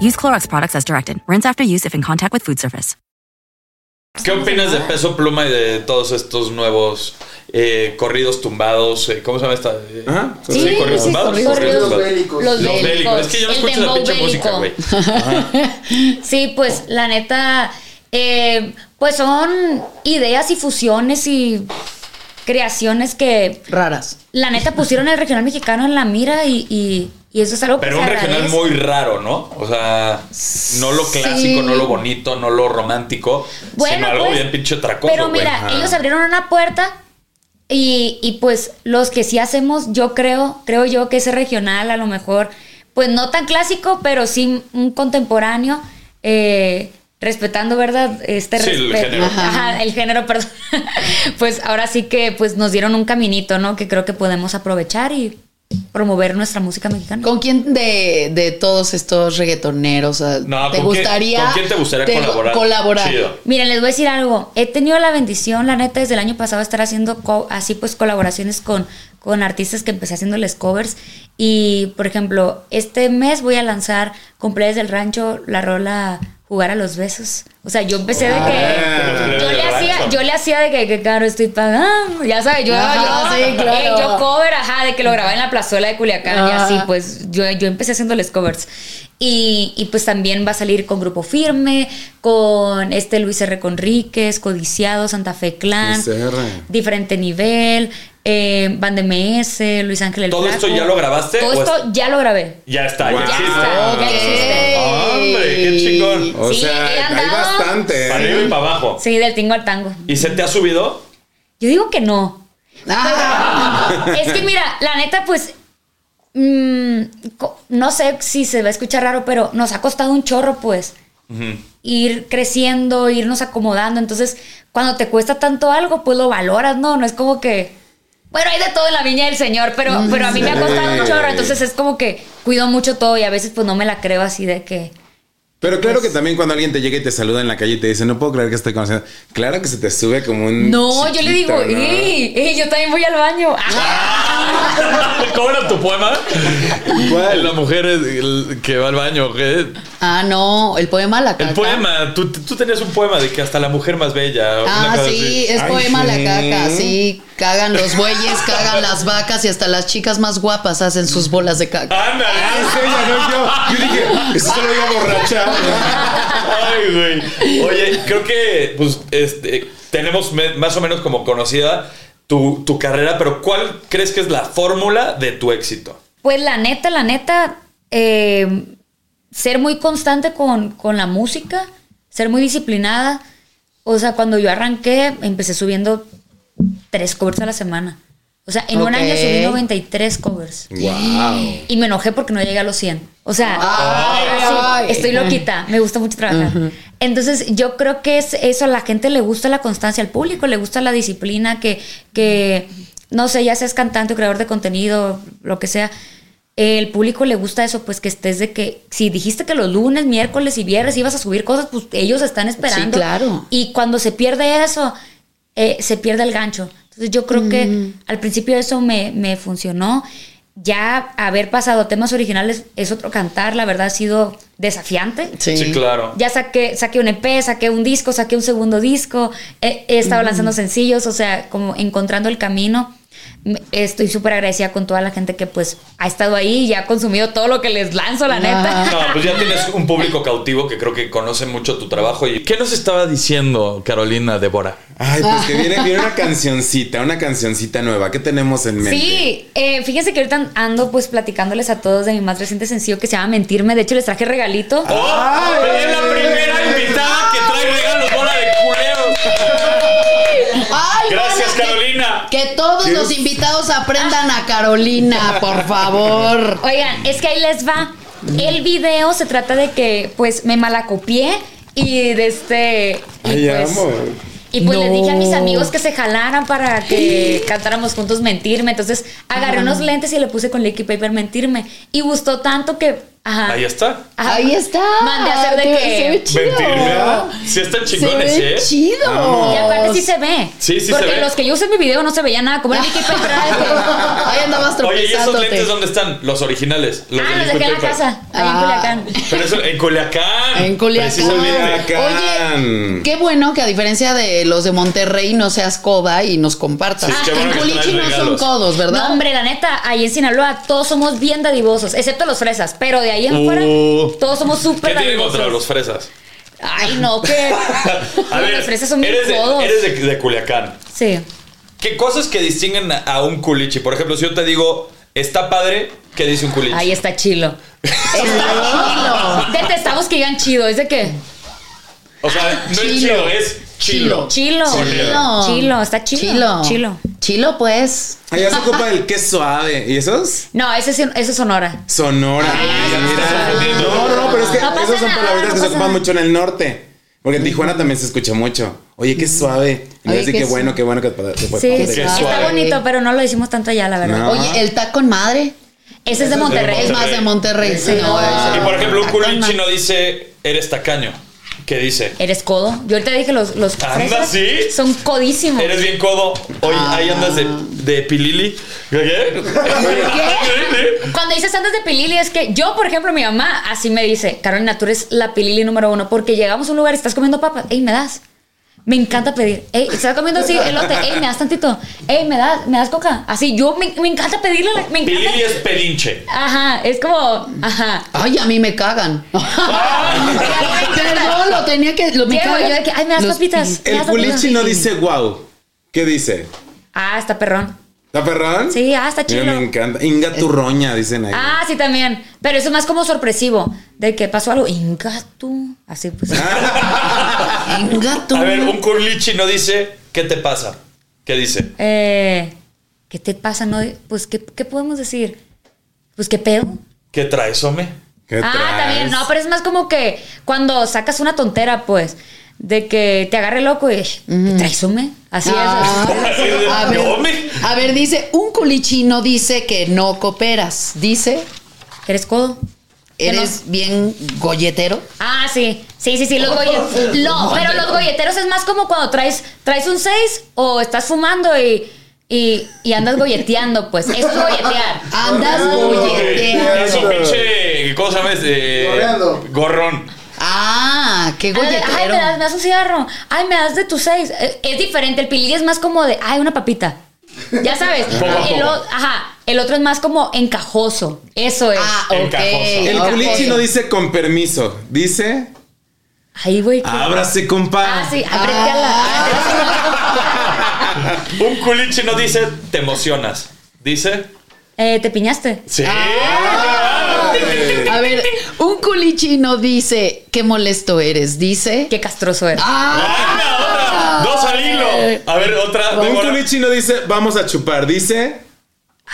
S6: Use Clorox products as directed. Rinse after use if in contact with food surface.
S1: ¿Qué opinas de Peso Pluma y de todos estos nuevos eh, corridos tumbados? eh, ¿Cómo se llama esta? Eh,
S3: Ajá.
S1: Sí, corridos tumbados.
S2: corridos.
S3: bélicos.
S2: Los
S1: Los bélicos.
S2: bélicos.
S1: Es que yo no
S2: El
S1: escucho la
S2: dembow
S1: pinche música,
S2: bélico. [LAUGHS]
S1: güey.
S2: Sí, pues la neta, eh, pues son ideas y fusiones y creaciones que
S4: Raras.
S2: la neta pusieron el regional mexicano en la mira y, y- y eso es algo que
S1: Pero
S2: se
S1: un regional
S2: agradece.
S1: muy raro, ¿no? O sea, no lo clásico,
S4: Sí.
S1: no lo bonito, no lo romántico,
S2: Bueno,
S1: sino algo
S2: pues,
S1: bien pinche tracoso.
S2: Pero
S1: güey.
S2: mira,
S1: Ajá.
S2: ellos abrieron una puerta y, y, pues los que sí hacemos, yo creo, creo yo que ese regional a lo mejor, pues no tan clásico, pero sí un contemporáneo, eh, respetando, ¿verdad? Este
S1: Sí, el
S2: respeto.
S1: género.
S2: Ajá. el género, [LAUGHS] perdón. pues ahora sí que pues nos dieron un caminito, ¿no? Que creo que podemos aprovechar y promover nuestra música mexicana.
S4: ¿Con quién de, de todos estos reggaetoneros ah,
S1: No,
S4: te
S1: ¿con quién-
S4: gustaría?
S1: con quién te gustaría colaborar? Chido.
S2: Miren, les voy a decir algo. He tenido la bendición, la neta, desde el año pasado estar haciendo co- así pues colaboraciones con, con artistas que empecé haciéndoles covers. Y, por ejemplo, este mes voy a lanzar con Players del Rancho la rola Jugar a los Besos. O sea, yo empecé de que...
S1: Players
S2: Yo le
S1: Ah, del
S2: hacía,
S1: Rancho.
S2: yo le hacía de que, que caro estoy pagando. Ya sabes, yo...
S4: Ajá,
S2: yo-
S4: Ah, sí, claro.
S2: eh, yo cover, ajá, de que lo grababa en la plazuela de Culiacán y
S4: Ajá.
S2: así, pues yo, yo empecé haciéndoles covers. Y, y, pues también va a salir con Grupo Firme, con este Luis R. Conríquez, Codiciado, Santa Fe Clan,
S3: Luis R.
S2: Diferente Nivel, eh, Van de MS, Luis Ángel El
S1: ¿Todo esto
S2: Flaco.
S1: ya lo grabaste
S2: Todo
S1: o Ah,
S2: esto ya lo grabé.
S1: Ya está,
S3: Wow.
S1: ya
S2: Ya
S1: existe.
S2: está, ya existe.
S1: Hombre, qué chingón.
S3: O
S2: Sí,
S3: sea,
S2: he
S3: hay
S2: andado.
S3: bastante.
S1: Para
S3: ¿eh?
S1: arriba y para abajo.
S2: Sí, del tingo al tango.
S1: ¿Y se te ha subido?
S2: Yo digo que no.
S4: Ah,
S2: es que mira, la neta, pues. mm, co- no sé si se va a escuchar raro, pero nos ha costado un chorro, pues. Ir creciendo, irnos acomodando. Entonces, cuando te cuesta tanto algo, pues lo valoras, ¿no? No es como que. Bueno, hay de todo en la viña del Señor, pero, pero a mí me ha costado un chorro. Entonces, es como que cuido mucho todo y a veces, pues no me la creo así de que.
S3: Pero claro
S2: Pues
S3: que también cuando alguien te llega y te saluda en la calle y te dice, no puedo creer que estoy conociendo. Claro que se te sube como un.
S2: No, yo le digo,
S3: chiquito, ¿no?
S2: "Ey, ey, yo también voy al
S3: [LAUGHS]
S2: baño.
S1: [LAUGHS] ¿Cómo era tu poema?
S3: ¿Cuál?
S1: La mujer el- que va al baño. ¿qué?
S4: ah, no, el poema La Caca.
S1: El poema. Tú, tú tenías un poema de que hasta la mujer más bella. una
S4: Ah,
S1: cosa
S4: sí,
S1: así.
S4: es
S3: Ay,
S4: poema
S3: sí.
S4: La Caca, sí. Cagan los bueyes,
S1: [LAUGHS]
S4: cagan las vacas y hasta las chicas más guapas hacen sus bolas de caca.
S1: Ándale.
S3: Ah, [LAUGHS] es ella, no yo. Yo dije, eso solo iba
S2: [LAUGHS]
S3: borracha.
S1: Ay, güey. Oye, creo que pues este, tenemos me- más o menos como conocida tu, tu carrera, pero ¿cuál crees que es la fórmula de tu éxito?
S2: Pues la neta, la neta, eh, ser muy constante con, con la música, ser muy disciplinada. O sea, cuando yo arranqué, empecé subiendo tres covers a la semana. O sea, en un
S4: Ok.
S2: año subí 93 covers.
S3: wow.
S2: Y me enojé porque no llegué a los 100. O sea,
S4: Ay,
S2: sí,
S4: ay.
S2: estoy loquita, me gusta mucho trabajar. Entonces, yo creo que es eso, a la gente le gusta la constancia, al público le gusta la disciplina, que, que no sé, ya seas cantante o creador de contenido, lo que sea, el público le gusta eso, pues que estés de que, si dijiste que los lunes, miércoles y viernes ibas a subir cosas, pues ellos están esperando.
S4: Sí, claro.
S2: Y cuando se pierde eso, eh, se pierde el gancho. Entonces yo creo que al principio eso me, me funcionó. Ya haber pasado a temas originales es otro cantar, la verdad ha sido desafiante.
S4: Sí.
S1: Sí, claro.
S2: Ya saqué, saqué un EP, saqué un disco, saqué un segundo disco, he, he estado lanzando sencillos, o sea, como encontrando el camino. Me- Estoy súper agradecida con toda la gente que pues ha estado ahí y ha consumido todo lo que les lanzo, la neta.
S1: No, pues ya tienes un público cautivo que creo que conoce mucho tu trabajo. ¿Y qué nos estaba diciendo Carolina Débora?
S3: Ay, pues que viene, viene una cancioncita, una cancioncita nueva. ¿Qué tenemos en mente?
S2: Sí, eh, fíjense que ahorita ando pues platicándoles a todos de mi más reciente sencillo que se llama Mentirme. De hecho, les traje regalito.
S3: Ah.
S1: ¡Oh! Es la primera invitada que trae regalos, bola de culeros.
S4: Ay,
S1: Gracias,
S4: mana, que-
S1: Carolina.
S4: Que, todos los invitados aprendan a Carolina, por favor.
S2: Oigan, es que ahí les va. El video se trata de que pues me malacopié y de este... y,
S3: Ay,
S2: pues,
S3: amo.
S2: Y pues les
S4: No.
S2: dije a mis amigos que se jalaran para que cantáramos juntos Mentirme. Entonces agarré unos lentes y le puse con liquid paper Mentirme. Y gustó tanto que... Ajá.
S1: Ahí está.
S2: Ajá.
S4: Ahí está.
S2: Mandé Ah, a hacer de
S4: Te-
S2: que-
S4: Se ve chido.
S1: Mentirme. Sí están chingones,
S4: se ve
S1: ¿eh?
S4: chido.
S2: Y aparte sí se ve.
S1: Sí, sí se
S2: Porque
S1: ve.
S2: los que yo usé en mi video no se veía nada. Como el
S1: [LAUGHS]
S2: liquid paper era de que-
S4: Ahí andabas
S1: Oye, ¿y esos lentes
S4: tropezándote.
S1: dónde están? Los originales. Los
S2: Ah,
S1: de
S2: los dejé en la
S1: Liquid Paper.
S2: casa. Ahí en
S4: Ah.
S2: Culiacán.
S1: Pero eso en Culiacán.
S4: En Culiacán.
S1: Precisamente.
S3: Culiacán.
S4: Oye, qué bueno que a diferencia de los de Monterrey no seas coda y nos compartas.
S1: Sí, qué
S4: Ah,
S1: bueno
S4: en
S1: que
S4: Culichi
S1: traes
S4: no son
S1: regalos.
S4: codos, ¿verdad?
S2: No, hombre, la neta, ahí en Sinaloa todos somos bien dadivosos, excepto los fresas, pero de ahí en
S1: Uh.
S2: fuera todos somos
S1: ¿Qué
S2: súper
S1: tiene
S2: dadivosos.
S1: contra los
S2: [LAUGHS]
S1: fresas?
S2: Ay, no,
S1: [LAUGHS]
S2: que
S1: A ver,
S2: los fresas son bien
S1: eres, de,
S2: codos.
S1: eres de- de Culiacán.
S2: Sí.
S1: ¿Qué cosas que distinguen a- a un culichi? Por ejemplo, si yo te digo, está padre, ¿qué dice un culichi?
S2: Ahí está chilo.
S4: Ah,
S2: Está chilo. Detestamos que digan chido, es de qué?
S1: O sea, no
S4: Chilo.
S1: es chido, es chilo.
S2: Chilo.
S1: Chilo.
S2: Chilo, está chilo.
S4: Chilo.
S2: Chilo.
S4: Chilo, pues.
S3: Allá se ocupa del queso suave. ¿Y esos?
S2: No, ese, sí- ese es Sonora.
S3: Sonora.
S1: Ah.
S3: Mira. No, no, no, pero es que
S2: No pasa
S3: esas son
S2: nada, no
S3: palabras que se
S2: pasa
S3: ocupan
S2: nada.
S3: mucho en el norte. Porque en Tijuana también se escucha mucho. Oye, qué suave. Y
S4: Oye,
S3: así
S4: qué
S3: que
S4: su-
S3: bueno, qué bueno que te te-
S1: Pues
S2: Sí,
S3: te-
S1: Qué
S2: está
S1: suave.
S2: bonito, pero no lo decimos tanto allá, la verdad.
S3: No. Ajá.
S4: Oye, el taco en madre
S2: Ese es de Monterrey.
S4: es más de Monterrey. No,
S1: Y
S4: ese-
S1: por ejemplo, un
S4: taco en
S1: culichi
S4: madre.
S1: no dice, eres tacaño. ¿Qué dice?
S2: Eres codo. Yo ahorita dije los, los
S1: Anda,
S2: fresas
S1: ¿sí?
S2: son codísimos.
S1: Eres bien codo. Hoy ahí andas de, de pilili. ¿Qué?
S2: ¿Qué?
S1: ¿eh?
S2: Cuando dices antes de pilili es que yo, por ejemplo, mi mamá así me dice, Carolina, tú eres la pilili número uno porque llegamos a un lugar y estás comiendo papas, ey, me das. Me encanta pedir. Ey, estás comiendo así elote, ey, me das tantito. Ey, me das, me das coca. Así yo me, me encanta pedirle, a la- me encanta.
S1: Pilili es pedinche.
S2: Ajá, es como, ajá.
S4: Ay, a mí me cagan. [LAUGHS] Perdón, lo tenía que. Lo, me
S2: Llego
S4: cagan.
S2: yo de que, ay, me das
S4: Los-
S2: papitas. me
S3: El
S2: das papitas.
S3: culichi no dice wow. ¿Qué dice?
S2: Ah, está perrón.
S3: ¿Está perrón?
S2: Sí, ah, está
S3: Mira,
S2: chilo. Eh.
S3: me encanta. Inga turroña, dicen ahí.
S2: Ah, sí, también. Pero eso es más como sorpresivo. De que pasó algo. Inga tú. Así pues.
S4: Ah,
S3: "Ah".
S4: Venga tú.
S1: A ver, un culichi no dice, ¿qué te pasa? ¿Qué dice?
S2: Eh, ¿Qué te pasa? No, pues, ¿qué, qué podemos decir? Pues, ¿qué pedo?
S1: ¿Qué traes, hombre?
S3: ¿Qué
S2: ah,
S3: traes?
S2: también. No, pero es más como que cuando sacas una tontera, pues, de que te agarre loco y te traes hombre?" Así
S4: [LAUGHS] Ah.
S1: Así de,
S4: A ver,
S1: "No, hombre".
S4: a ver, dice, un culichino dice que no cooperas. Dice,
S2: es. ¿Eres codo? Que no-
S4: eres bien golletero.
S2: Ah, sí. Sí, sí, sí,
S3: Oh,
S2: los golleteros. No, pero los golleteros es más como cuando traes, traes un 6 o estás fumando y, y, y andas golleteando, pues. Eso es golletear.
S4: Andas golleteando.
S1: Es un pinche. ¿Cómo se llama? este?
S7: Gorreando.
S1: Gorrón.
S4: Ah, qué
S2: Ay,
S4: golletero.
S2: me das, me das un cigarro. Ay, me das de tus seis. Eh, Es diferente. El pilillo es más como de, ay, una papita. Ya sabes.
S1: [LAUGHS] Poco a
S2: el,
S1: poco.
S2: o- ajá. El otro es más como encajoso. Eso es.
S4: Ah,
S1: El
S4: ok.
S1: cajoso.
S3: El
S4: ok.
S3: culichi no dice con permiso. Dice.
S2: Ay, güey. qué-
S3: Ábrase, compa.
S2: Ah, sí, ábrete a
S3: "Ah".
S1: Ah.
S2: la-
S1: Un culichi no dice, te emocionas. Dice.
S2: Eh, ¿Te piñaste?
S1: Sí.
S4: A ver, un culichino dice, qué molesto eres. Dice, Ah.
S2: Qué castroso eres.
S3: Ah.
S1: ¡Anda, otra! [LAUGHS] ¡Dos al hilo! A ver, otra.
S3: Un
S1: Débora.
S3: culichi no dice vamos a chupar. Dice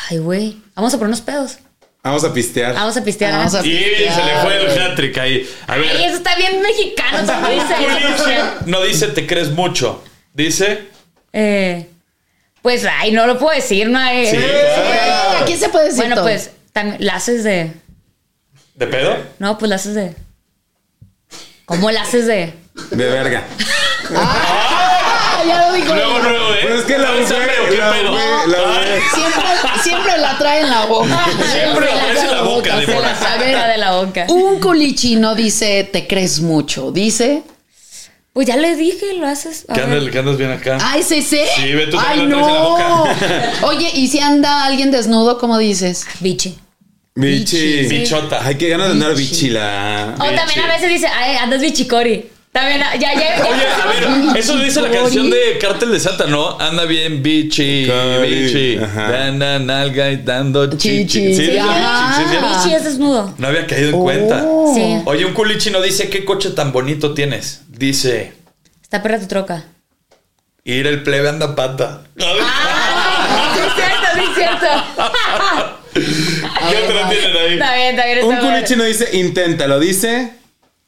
S2: Ay, güey. Vamos a poner unos pedos.
S3: vamos a pistear.
S2: Vamos a pistear.
S4: Vamos a-
S1: Y se le fue el hat-trick ahí. A
S2: Ay,
S1: ver.
S2: eso está bien mexicano. ¿cómo
S1: Un
S2: dice eso?
S1: culichi no dice, te crees mucho. Dice.
S2: Eh, Pues, ay, no lo puedo decir, no hay.
S1: Sí. Ah.
S4: ¿A quién se puede decir
S2: Bueno,
S4: todo?
S2: pues, también, la haces de.
S1: ¿De pedo?
S2: No, pues la haces de. ¿Cómo la haces de? [LAUGHS]
S3: De verga.
S4: Ah, ya lo dijo.
S1: Luego, luego, ¿eh?
S3: Pero Pues es que la
S1: Ay,
S3: mujer.
S1: hombre, ¿o ¿Qué
S3: la
S1: pedo?
S3: mujer- la
S1: Ay,
S3: mujer-
S4: Siempre, siempre la trae en la boca.
S1: Siempre
S2: Se
S1: la traes en la boca,
S2: se la
S1: Débora.
S2: saca de la boca.
S4: Un culichi no dice te crees mucho, dice
S2: Pues ya le dije, lo haces. a
S1: ¿Qué
S2: ver.
S1: andas, que andas bien acá?
S4: ay sí, sí.
S1: Sí, ve tú
S4: ay
S1: también la traes en la
S4: Oye, y si anda alguien desnudo, ¿cómo dices?
S2: Biche.
S3: Bichi.
S1: Bichota.
S3: Ay, qué ganas de andar bichila.
S2: O también a veces dice, ay, andas bichicori. También, ya, ya. ya
S1: Oye, a
S4: Ah,
S1: ver, eso lo dice la canción de Cártel de Santa, ¿no? Anda bien, bichi,
S3: Cari,
S1: bichi.
S3: ajá.
S1: Danda nalga y dando chichi.
S4: Chichi,
S1: Sí,
S4: sí,
S1: dice
S4: ajá.
S1: bichi, sí, sí.
S2: Bichi es desnudo.
S1: No había caído en cuenta.
S2: Sí.
S1: Oye, un culichi no dice qué coche tan bonito tienes. Dice,
S2: Está perra tu troca.
S1: ir el plebe anda pata.
S2: Ah, Sí, es cierto, sí, es [LAUGHS] cierto.
S1: ¿Qué otra tienen ahí?
S2: Está bien, está bien.
S3: Un
S2: está bien.
S3: culichi no dice inténtalo, dice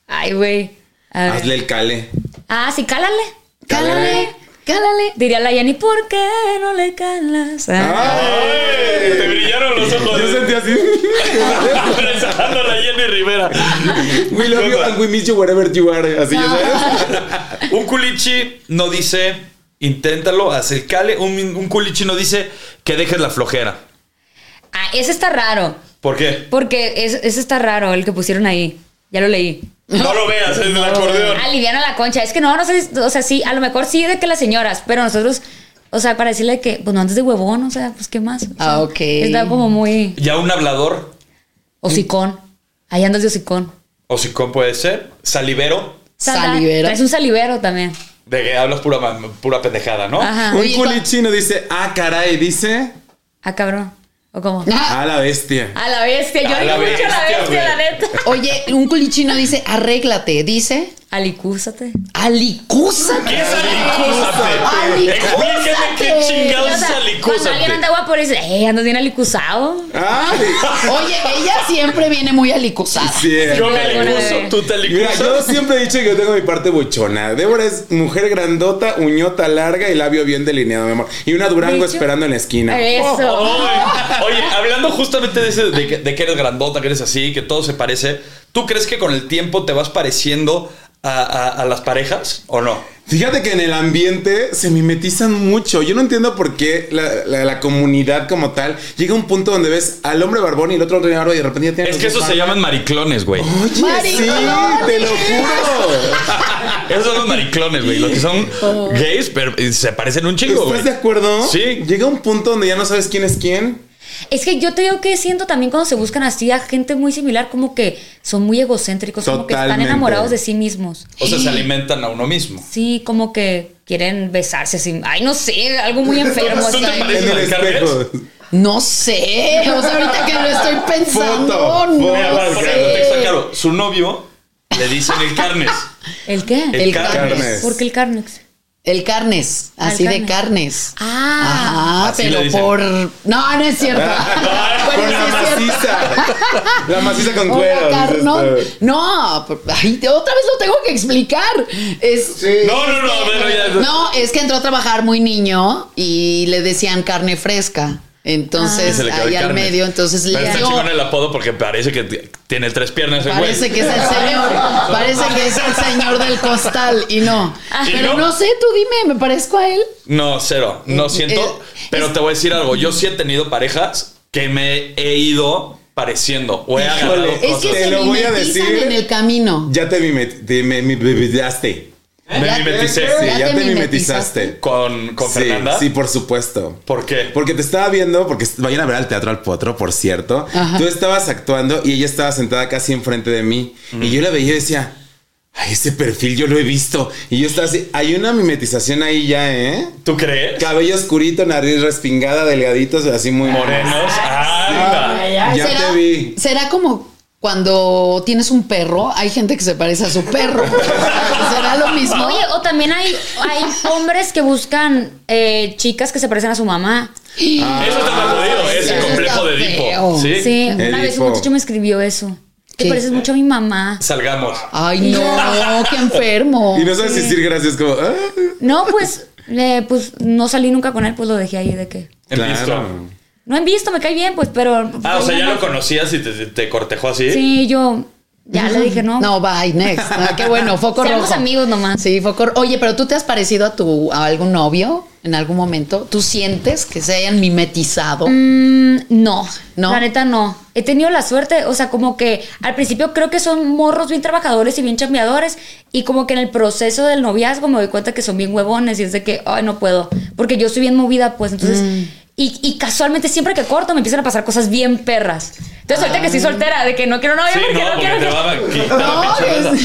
S2: Ay, güey. A ver.
S3: hazle el cale.
S2: Ah, sí, cálale.
S3: Cálale.
S2: Cálale. Diría la Jenny, ¿por qué no le calas?
S1: Ah. Ay, Te brillaron los ojos.
S3: Ah, Yo sentí
S2: [LAUGHS]
S3: así.
S1: Pensando la Jenny Rivera.
S3: We love you and we miss you wherever you are. Así, ya
S2: Ah,
S3: ¿sabes?
S1: Un culichi no dice, inténtalo, acercale. Un, un culichi no dice que dejes la flojera.
S2: Ah, ese está raro.
S1: ¿Por qué?
S2: Porque es- ese está raro, el que pusieron ahí. Ya lo leí.
S1: No lo veas en el acordeón.
S2: Aliviana la concha. Es que no, no sé, si- o sea, sí, a lo mejor sí de que las señoras, pero nosotros, o sea, para decirle que, pues no andes de huevón, o sea, pues qué más. O sea,
S4: Ah, ok.
S2: Está como muy
S1: Ya un hablador,
S2: hocicón. Ahí andas de hocicón.
S1: o si cómo puede ser, salivero,
S4: Salivero.
S2: Es un salivero también.
S1: de que hablas pura, mam- pura pendejada, ¿no?
S2: Ajá.
S3: Un
S4: Oye,
S3: culichi no dice, ah, caray, dice
S2: Ah, cabrón. ¿O cómo?
S4: Ah,
S3: a la bestia.
S2: A la bestia. Yo
S1: A
S2: digo
S1: la
S2: mucho a la
S1: bestia,
S2: bestia, la
S1: güey.
S2: neta.
S4: Oye, un culichi no dice arréglate, dice
S2: Alicúzate.
S1: ¿Qué
S4: alicúzate.
S1: es alicúzate?
S4: Alicúzate.
S1: Explícame qué chingados es
S2: cuando alguien
S1: alicúzate.
S2: anda guapo, le dice, eh, andas bien alicuzado.
S3: Ah,
S4: Oye, ella siempre viene muy alicuzada. [LAUGHS]
S3: sí.
S1: Yo me
S2: Alguna
S1: alicuzo,
S2: vez.
S1: tú te
S3: Mira, yo
S1: alicuzas.
S3: siempre he dicho que yo tengo mi parte buchona. Débora es mujer grandota, uñota larga y labio bien delineado, mi amor. Y una Durango
S2: Bicho.
S3: esperando en la esquina.
S2: eh,
S1: Oh,
S2: Eso.
S1: Ay, Oye, hablando justamente de, ese- de que- de que eres grandota, que eres así, que todo se parece, ¿tú crees que con el tiempo te vas pareciendo a, a- a las parejas o no?
S3: Fíjate que en el ambiente se mimetizan mucho. Yo no entiendo por qué la, la- la comunidad como tal llega a un punto donde ves al hombre barbón y el otro barba y de repente ya tiene.
S1: Es que eso se llaman mariclones, güey.
S3: Oye, sí, te lo juro.
S1: Esos son los mariclones, güey. Los que son gays, pero eh, se parecen un chingo, güey.
S3: ¿Estás de acuerdo?
S1: Sí.
S3: Llega un punto donde ya no sabes quién es quién.
S2: Es que yo te digo que siento también cuando se buscan así a gente muy similar, como que son muy egocéntricos, como que están
S3: Totalmente.
S2: enamorados de sí mismos.
S1: O sea, se alimentan a uno mismo.
S2: Sí, como que quieren besarse así. Ay, no sé, algo muy enfermo.
S1: ¿Tú
S2: así.
S1: te pareces?
S3: En el
S1: ¿Marcar
S3: espejo.
S4: No sé. O sea, ahorita que lo estoy pensando.
S3: Foto,
S4: no
S3: foto,
S1: Mira, por
S3: sí.
S1: ejemplo, te
S4: sé.
S1: está claro. Su novio le dicen el carnes.
S2: ¿El qué?
S1: El,
S4: El
S1: carnes.
S3: carnes.
S2: ¿Por qué el carnex?
S4: El carnes,
S2: Ah, el
S4: así de
S2: carnes.
S4: carnes.
S2: Ah.
S4: Ah,
S1: Así le
S4: pero
S1: dicen.
S4: por. No, no es cierto.
S3: Ah,
S4: Bueno,
S3: con
S4: sí
S3: la
S4: es cierto.
S3: maciza. la maciza con
S4: Hola,
S3: cuero.
S4: carnón.
S3: dices tú.
S4: No, por- ay, te- otra vez lo tengo que explicar. Es,
S1: No, no, no, pero ya.
S4: No, es que entró a trabajar muy niño y le decían carne fresca.
S1: Y
S4: Entonces,
S1: Ah. se le quedó el
S4: pues, ahí al
S1: carnes.
S4: medio, entonces
S1: Pero
S4: le
S1: está
S4: dio-
S1: chingón el apodo porque parece que t- tiene tres piernas el güey.
S4: Parece que es el señor, parece que es el señor del costal y no.
S1: Ah. ¿Y
S4: Pero
S1: no?
S4: no sé, tú dime, ¿me parezco a él?
S1: No, cero. No siento.
S4: eh,
S1: pero
S4: es-
S1: te voy a decir algo. Yo sí he tenido parejas que me he ido pareciendo. O he agarrado
S3: Híjole.
S4: Es
S1: cosas.
S4: que
S3: Te
S4: se
S3: lo voy a
S4: mimetizan
S3: decir.
S4: en el camino.
S3: Ya te mimet- te me- me- me- mimetizaste.
S1: Me mimeticé.
S3: Sí,
S4: Ya
S3: ya
S4: te
S3: te
S4: mimetizaste.
S3: mimetizaste.
S1: Con, con
S3: Sí,
S1: Fernanda.
S3: Sí, por supuesto.
S1: ¿Por qué?
S3: Porque te estaba viendo, porque vayan a ver al Teatro Al Potro, por cierto.
S4: Ajá.
S3: Tú estabas actuando y ella estaba sentada casi enfrente de mí. Y yo la veía y decía, ay, ese perfil yo lo he visto. Y yo estaba así, hay una mimetización ahí ya, ¿eh?
S1: ¿Tú crees?
S3: Cabello oscurito, nariz respingada, delgaditos, así muy
S1: Morenos. Anda.
S3: Ya te vi.
S4: Será como cuando tienes un perro, hay gente que se parece a su perro. [LAUGHS] Será lo mismo.
S2: Ah, Oye, o también hay, hay hombres que buscan eh, chicas que se parecen a su mamá.
S1: Eso está más jodido. Es el
S4: Eso
S1: complejo
S4: Ah, está
S1: de Edipo.
S4: feo.
S1: Sí.
S2: Sí, una vez
S3: Edipo.
S2: un muchacho me escribió eso. Te
S4: ¿Qué?
S2: pareces mucho a mi mamá.
S4: Ah,
S1: Salgamos.
S2: [LAUGHS]
S4: Ay, no, qué enfermo.
S3: Y no sabes decir gracias como... "Ah".
S2: No, pues eh, pues no salí nunca con él, pues lo dejé ahí de que.
S1: En visto.
S2: No he visto, me cae bien, pues, pero.
S1: Ah, o sea, ya lo conocías y te, te cortejó así.
S2: Sí, yo ya le dije no.
S4: No, bye, next. Ah, qué bueno, foco
S2: Seamos
S4: rojo.
S2: amigos nomás.
S4: Sí, foco ro- Oye, pero tú te has parecido a tu a algún novio en algún momento. ¿Tú sientes que se hayan mimetizado?
S2: Mm, no,
S4: ¿No?
S2: La neta no. He tenido la suerte, o sea, como que al principio creo que son morros bien trabajadores y bien chambeadores y como que en el proceso del noviazgo me doy cuenta que son bien huevones y es de que, ay, no puedo, porque yo soy bien movida, pues entonces... Y, y casualmente siempre que corto me empiezan a pasar cosas bien perras. Entonces ahorita que estoy soltera, de que no quiero novio
S1: Ah. Sí,
S2: porque
S1: no,
S2: no,
S1: porque
S2: quiero...
S1: te va a quitar la
S4: No,
S1: pinche
S4: es-
S1: raza.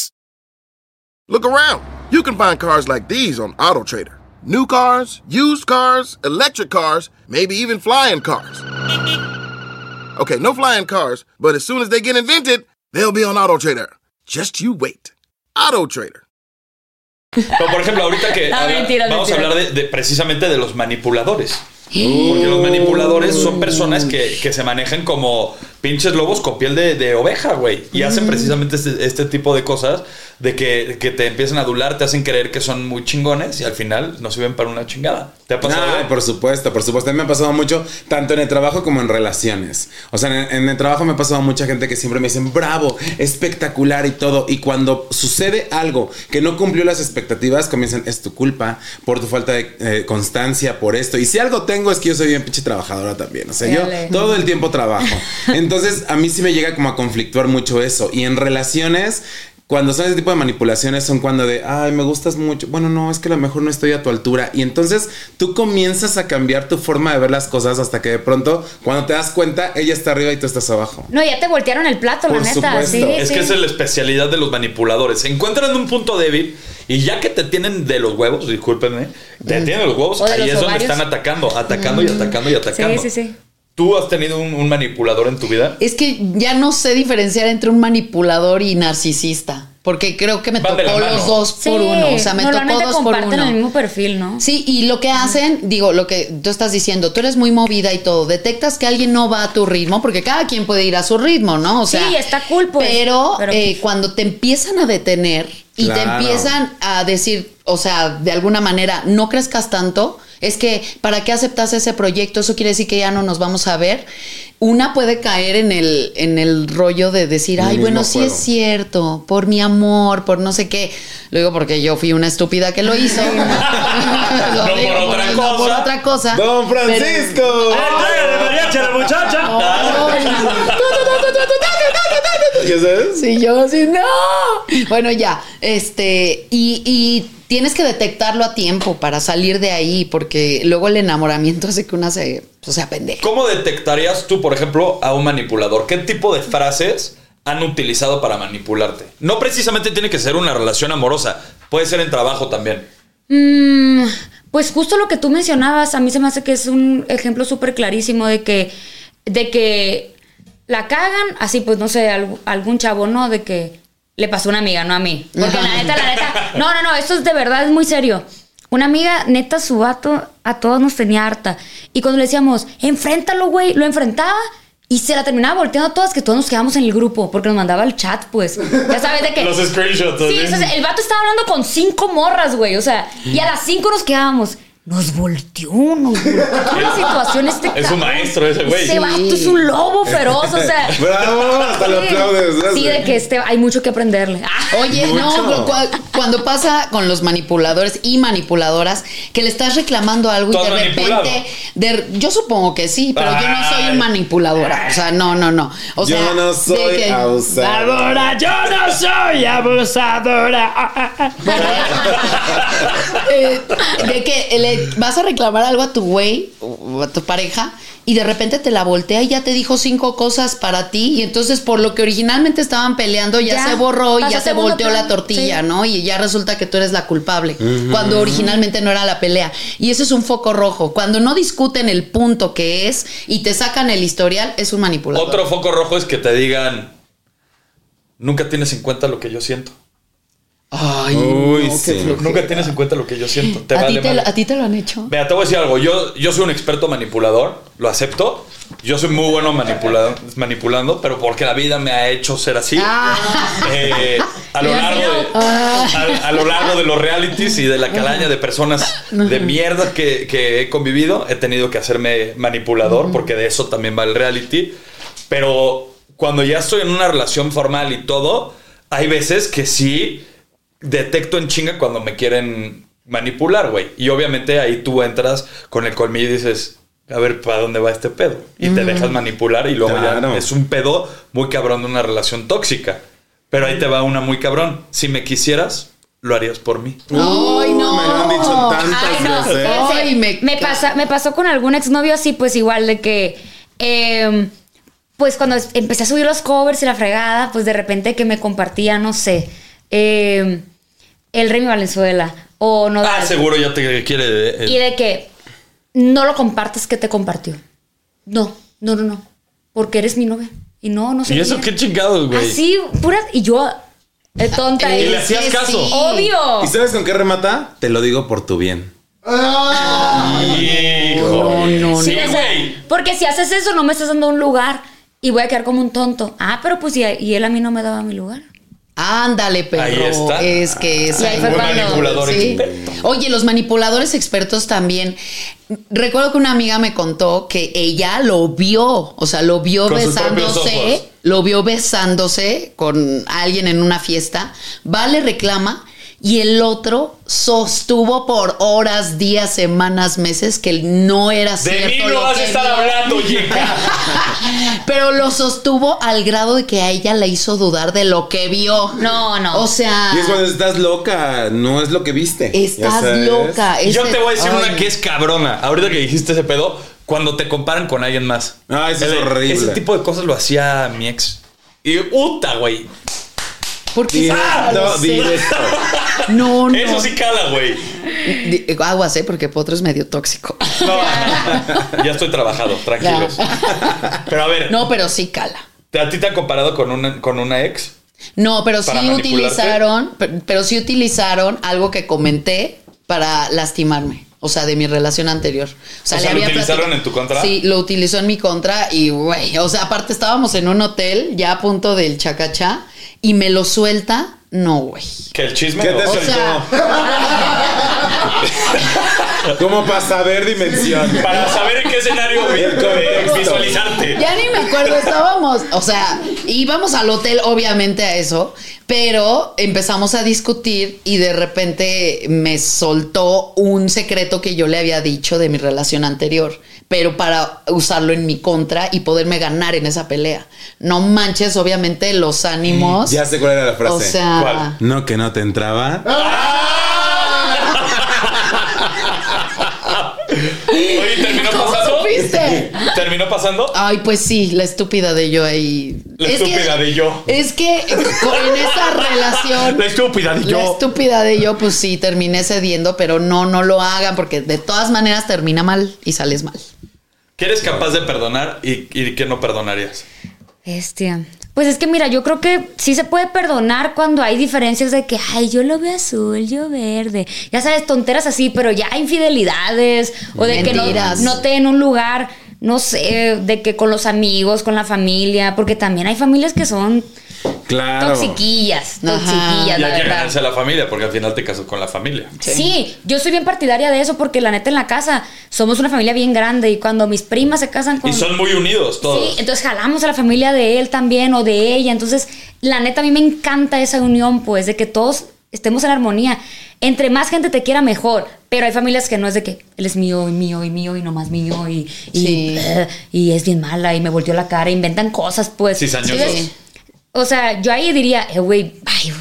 S7: Look around. You can find cars like these on AutoTrader. New cars, used cars, electric cars, maybe even flying cars. Okay, no flying cars, but as soon as they get invented, they'll be on AutoTrader. Just you wait. AutoTrader.
S1: Pero, por ejemplo, ahorita que
S2: No,
S1: habla-
S2: mentira,
S1: vamos
S2: mentira.
S1: a hablar de, de- precisamente de los manipuladores. Porque los manipuladores son personas que, que se manejan como pinches lobos con piel de, de oveja, güey. Y
S2: Mm.
S1: hacen precisamente este, este tipo de cosas de que, que te empiezan a adular, te hacen creer que son muy chingones y al final no sirven para una chingada. ¿Te ha pasado?
S3: Ah, por supuesto, por supuesto. A mí me ha pasado mucho, tanto en el trabajo como en relaciones. O sea, en, en el trabajo me ha pasado mucha gente que siempre me dicen, bravo, espectacular y todo. Y cuando sucede algo que no cumplió las expectativas, comienzan, es tu culpa por tu falta de eh, constancia, por esto. Y si algo tengo es que yo soy bien pinche trabajadora también. O sea, yo
S2: Dale.
S3: todo el tiempo trabajo. Entonces, a mí sí me llega como a conflictuar mucho eso. Y en relaciones... Cuando son ese tipo de manipulaciones son cuando de, ay, me gustas mucho. Bueno, no, es que a lo mejor no estoy a tu altura. Y entonces tú comienzas a cambiar tu forma de ver las cosas hasta que de pronto, cuando te das cuenta, ella está arriba y tú estás abajo.
S2: No, ya te voltearon el plato,
S3: Por
S2: la neta.
S3: supuesto.
S2: Sí,
S1: Es
S2: sí.
S1: que esa es la especialidad de los manipuladores. Se encuentran un punto débil y ya que te tienen de los huevos, discúlpenme, te tienen los huevos,
S2: Mm. O de
S1: ahí
S2: los
S1: es donde
S2: ovarios. Mm.
S1: están atacando, atacando y atacando y
S2: sí,
S1: atacando.
S2: sí, sí.
S1: ¿Tú has tenido un, un manipulador en tu vida?
S4: Es que ya no sé diferenciar entre un manipulador y narcisista. Porque creo que me
S1: Van de la
S4: tocó
S1: mano.
S4: los dos
S2: Sí,
S4: por uno. O sea, me tocó
S2: normalmente
S4: dos por
S2: comparten
S4: uno.
S2: el mismo perfil, ¿no?
S4: Sí, y lo que hacen, digo, lo que tú estás diciendo, tú eres muy movida y todo, detectas que alguien no va a tu ritmo, porque cada quien puede ir a su ritmo, ¿no? O
S2: Sí,
S4: sea,
S2: está cool, pues,
S4: Pero,
S2: pero-
S4: eh, cuando te empiezan a detener y
S3: Claro.
S4: te empiezan a decir, o sea, de alguna manera, no crezcas tanto, es que, ¿para qué aceptas ese proyecto? Eso quiere decir que ya no nos vamos a ver. Una puede caer en el, en el rollo de decir,
S3: En el
S4: ay,
S3: mismo
S4: bueno, sí
S3: juego.
S4: es cierto, por mi amor, por no sé qué. Lo digo porque yo fui una estúpida que lo
S2: [LAUGHS]
S4: hizo. Lo
S1: No
S4: digo
S1: por otra
S4: el- no por
S1: cosa.
S4: otra cosa.
S3: ¡Don
S4: Pero-
S3: Francisco!
S4: No,
S3: ¿Ya sabes?
S4: Sí, yo así, no. Bueno, ya, este, y, y tienes que detectarlo a tiempo para salir de ahí, porque luego el enamoramiento hace que una se, pues, se apendeje.
S1: ¿Cómo detectarías tú, por ejemplo, a un manipulador? ¿Qué tipo de frases han utilizado para manipularte? No precisamente tiene que ser una relación amorosa, puede ser en trabajo también.
S2: Mm, pues justo lo que tú mencionabas, a mí se me hace que es un ejemplo súper clarísimo de que, de que la cagan, así pues no sé, al- algún chavo, ¿no? De que le pasó a una amiga, no a mí. Porque la neta, la neta, no, no, no, esto es de verdad, es muy serio. Una amiga, neta, su vato a todos nos tenía harta. Y cuando le decíamos, enfréntalo, güey, lo enfrentaba y se la terminaba volteando a todas, que todos nos quedamos en el grupo, porque nos mandaba el chat, pues. Ya sabes de que.
S1: [LAUGHS] Los screenshots,
S2: Sí,
S1: ¿sí?
S2: o sea, el vato estaba hablando con cinco morras, güey. O sea, y a las cinco nos quedábamos. Nos volteó, nos volteó la situación este
S1: Es un
S2: cabrón.
S1: maestro ese güey.
S2: Ese vato es un lobo feroz, o sea.
S3: Bravo, hasta lo
S2: Sí.
S3: aplaudes, ¿no?
S2: Sí, de que este, hay mucho que aprenderle. [LAUGHS] Ah,
S4: Oye,
S3: Mucho.
S4: no, pero cua- cuando pasa con los manipuladores y manipuladoras que le estás reclamando algo y
S1: ¿Tú has
S4: de repente, de- yo supongo que sí, pero yo no soy
S1: Ay.
S4: un manipuladora, o sea, no, no, no, o
S3: Yo
S4: sea,
S3: no
S4: de
S3: soy
S4: que-
S3: abusadora,
S5: yo no soy abusadora.
S4: Eh, de que le vas a reclamar algo a tu güey o a tu pareja y de repente te la voltea y ya te dijo cinco cosas para ti y entonces por lo que originalmente estaban peleando ya,
S2: Ya,
S4: se borró y
S2: pasa
S4: ya se
S2: segundo
S4: volteó
S2: plano,
S4: la tortilla,
S2: sí.
S4: ¿no? Y ya resulta que tú eres la culpable
S2: Ujú.
S4: cuando originalmente no era la pelea. Y eso es un foco rojo. Cuando no discuten el punto que es y te sacan el historial, es un manipulador.
S1: Otro foco rojo es que te digan, nunca tienes en cuenta lo que yo siento.
S4: Ay,
S3: Uy, no, qué sí. flojera.
S1: Nunca tienes en cuenta lo que yo siento. Te
S4: ¿A, ti
S1: vale
S4: te,
S1: madre.
S4: lo- a ti te lo han hecho.
S1: Mira, te voy a decir algo. Yo, yo soy un experto manipulador, lo acepto. Yo soy muy bueno manipulado, manipulando, pero porque la vida me ha hecho ser así. Eh, a, lo largo de, a, a lo largo de los realities y de la calaña de personas de mierda que, que he convivido, he tenido que hacerme manipulador, porque de eso también va el reality. Pero cuando ya estoy en una relación formal y todo, hay veces que sí detecto en chinga cuando me quieren manipular, güey. Y obviamente ahí tú entras con el colmillo y dices, a ver, ¿para dónde va este pedo? Y te
S3: Mm.
S1: dejas manipular y luego
S3: Claro.
S1: ya es un pedo muy cabrón de una relación tóxica. Pero ahí te va una muy cabrón. Si me quisieras, lo harías por mí.
S4: Ay, no.
S3: Me lo han dicho tantas
S2: Ay, no,
S3: veces.
S2: fíjense,
S4: Ay, me
S2: me, pasa, me pasó con algún exnovio así, pues igual de que. em, pues cuando es- empecé a subir los covers y la fregada, pues de repente que me compartía, no sé, em, el Remy Valenzuela o no.
S1: Ah, seguro ya te quiere. eh,
S2: Y de que no lo compartas que te compartió. No, no, no, no. Porque eres mi novia. Y no, no sé.
S1: ¿Y eso
S2: quién.
S1: qué chingados, güey?
S2: Así, puras. Y yo, eh, tonta.
S1: Y le
S2: eh,
S1: hacías caso.
S2: Obvio.
S3: ¿Y sabes con qué remata? Te lo digo por tu bien.
S1: Hijo. Sí,
S2: Sí, o sea,
S1: güey.
S2: porque si haces eso, no me estás dando un lugar y voy a quedar como un tonto. Ah, pero pues y, y él a mí no me daba mi lugar.
S4: Ándale, perro.
S1: Ahí está.
S4: Es que es
S2: Y ahí fue
S1: Un
S2: cuando-
S1: manipulador
S4: Sí.
S1: experto.
S4: Oye, los manipuladores expertos también. Recuerdo que una amiga me contó que ella lo vio, o sea, lo vio
S1: Con sus propios ojos.
S4: besándose, lo vio besándose con alguien en una fiesta, va, le reclama y el otro sostuvo por horas, días, semanas, meses que no era
S1: De
S4: cierto.
S1: mí
S4: lo
S1: no vas a
S4: que
S1: estar
S4: vio.
S1: hablando, chica.
S4: Pero lo sostuvo al grado de que a ella la hizo dudar de lo que vio.
S2: No, no.
S4: O sea,
S3: Y es cuando estás loca, no es lo que viste. Ya
S4: Ah. estás
S3: sabes.
S4: loca.
S1: Yo
S4: Ese-
S1: te voy a decir
S4: Ay,
S1: una que es cabrona. Ahorita que dijiste ese pedo, cuando te comparan con alguien más.
S3: Ah, eso es
S1: Eh,
S3: horrible.
S1: Ese tipo de cosas lo hacía mi ex. Y puta, güey.
S4: ¿Por qué?
S3: Directo,
S4: Ah,
S1: [LAUGHS]
S3: directo.
S4: No, no.
S1: Eso sí cala, güey.
S4: Di- Aguas, ¿eh? Porque Potro es medio tóxico.
S1: No, [LAUGHS] ya estoy trabajado, tranquilos. Pero a ver,
S4: No, pero sí cala.
S1: ¿a ti te han comparado con una, con una ex?
S4: No, pero sí
S1: Para manipularte.
S4: utilizaron, per- pero sí utilizaron algo que comenté para lastimarme. O sea, de mi relación anterior. O sea,
S1: O sea,
S4: le
S1: ¿lo
S4: había
S1: utilizaron
S4: platicado-
S1: en tu contra?
S4: Sí, lo utilizó en mi contra y, güey, o sea, aparte estábamos en un hotel ya a punto del chacachá y me lo suelta. No, güey.
S1: Que el chisme.
S3: ¿Qué
S1: no?
S3: te
S4: O
S3: Sueltó.
S4: sea,
S3: [LAUGHS] Como para saber dimensión.
S1: Para saber en qué escenario vi-
S3: El contexto.
S1: visualizarte.
S4: Ya ni me acuerdo, estábamos, o sea, íbamos al hotel obviamente a eso, pero empezamos a discutir y de repente me soltó un secreto que yo le había dicho de mi relación anterior, pero para usarlo en mi contra y poderme ganar en esa pelea. No manches, obviamente, los ánimos.
S3: Ya sé cuál era la frase.
S4: o sea,
S1: ¿Cuál?
S3: no, que no te entraba.
S1: [LAUGHS] Oye, terminó
S4: ¿cómo
S1: pasando.
S4: supiste?
S1: ¿Terminó pasando?
S4: Ay, pues sí, la estúpida de yo ahí.
S1: La estúpida de yo.
S4: Es que con- en esa
S1: [LAUGHS]
S4: relación.
S1: La estúpida de
S4: Ah, La
S1: yo.
S4: estúpida de yo, pues sí, terminé cediendo, pero no, no lo hagan, porque de todas maneras termina mal y sales mal.
S1: ¿Qué eres capaz de perdonar y, y qué no perdonarías?
S2: Bestia. Pues es que mira, yo creo que sí se puede perdonar cuando hay diferencias de que, ay, yo lo veo azul, yo verde. Ya sabes, tonteras así, pero ya infidelidades o de
S4: Mentiras.
S2: que no, no te en un lugar, no sé, de que con los amigos, con la familia, porque también hay familias que son
S3: Claro.
S2: toxiquillas,
S4: Ajá.
S2: toxiquillas,
S1: Y
S2: la
S1: hay que
S2: verdad.
S1: ganarse a la familia, porque al final te casas con la familia.
S2: Sí. yo soy bien partidaria de eso porque la neta en la casa somos una familia bien grande y cuando mis primas se casan con...
S1: Y son muy unidos todos.
S2: Sí, entonces jalamos a la familia de él también o de ella. Entonces, la neta a mí me encanta esa unión, pues, de que todos estemos en armonía. Entre más gente te quiera, mejor. Pero hay familias que no es de que él es mío y mío y mío y nomás mío y, y,
S4: Sí.
S2: eh, y es bien mala y me volteó la cara, inventan cosas, pues.
S1: Cizañosos.
S2: Entonces, O sea, yo ahí diría, eh, güey, ay,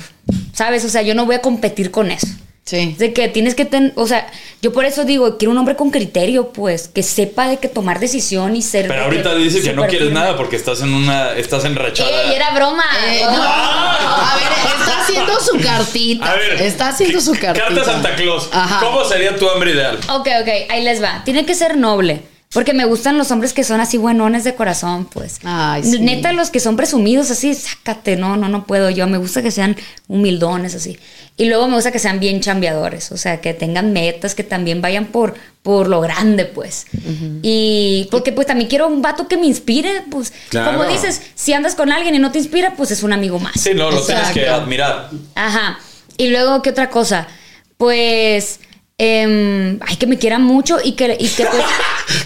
S2: ¿sabes? O sea, yo no voy a competir con eso.
S4: Sí.
S2: De que tienes que tener, o sea, yo por eso digo, quiero un hombre con criterio, pues, que sepa de que tomar decisión y ser...
S1: Pero
S2: de
S1: ahorita dice que no
S2: súper
S1: quieres
S2: firme.
S1: nada porque estás en una. Estás enrachada.
S2: ¡Ey, era broma!
S4: Eh, no, a ver, está haciendo su cartita.
S1: A ver,
S4: está haciendo su cartita.
S1: Carta a Santa Claus.
S4: Ajá.
S1: ¿Cómo sería tu hambre ideal?
S2: Ok, ok, ahí les va. Tiene que ser noble. Porque me gustan los hombres que son así buenones de corazón, pues.
S4: Ay, sí.
S2: Neta, los que son presumidos así, sácate, no, no, no puedo yo. Me gusta que sean humildones así. Y luego me gusta que sean bien chambeadores, o sea, que tengan metas, que también vayan por, por lo grande, pues. Y porque pues también quiero un vato que me inspire, pues.
S3: Claro.
S2: Como dices, si andas con alguien y no te inspira, pues es un amigo más.
S1: Sí, no, lo tienes
S4: Exacto.
S1: que admirar.
S2: Ajá. Y luego, ¿qué otra cosa? Pues. em, ay, que me quieran mucho y que, y que,
S1: [LAUGHS]
S2: pues,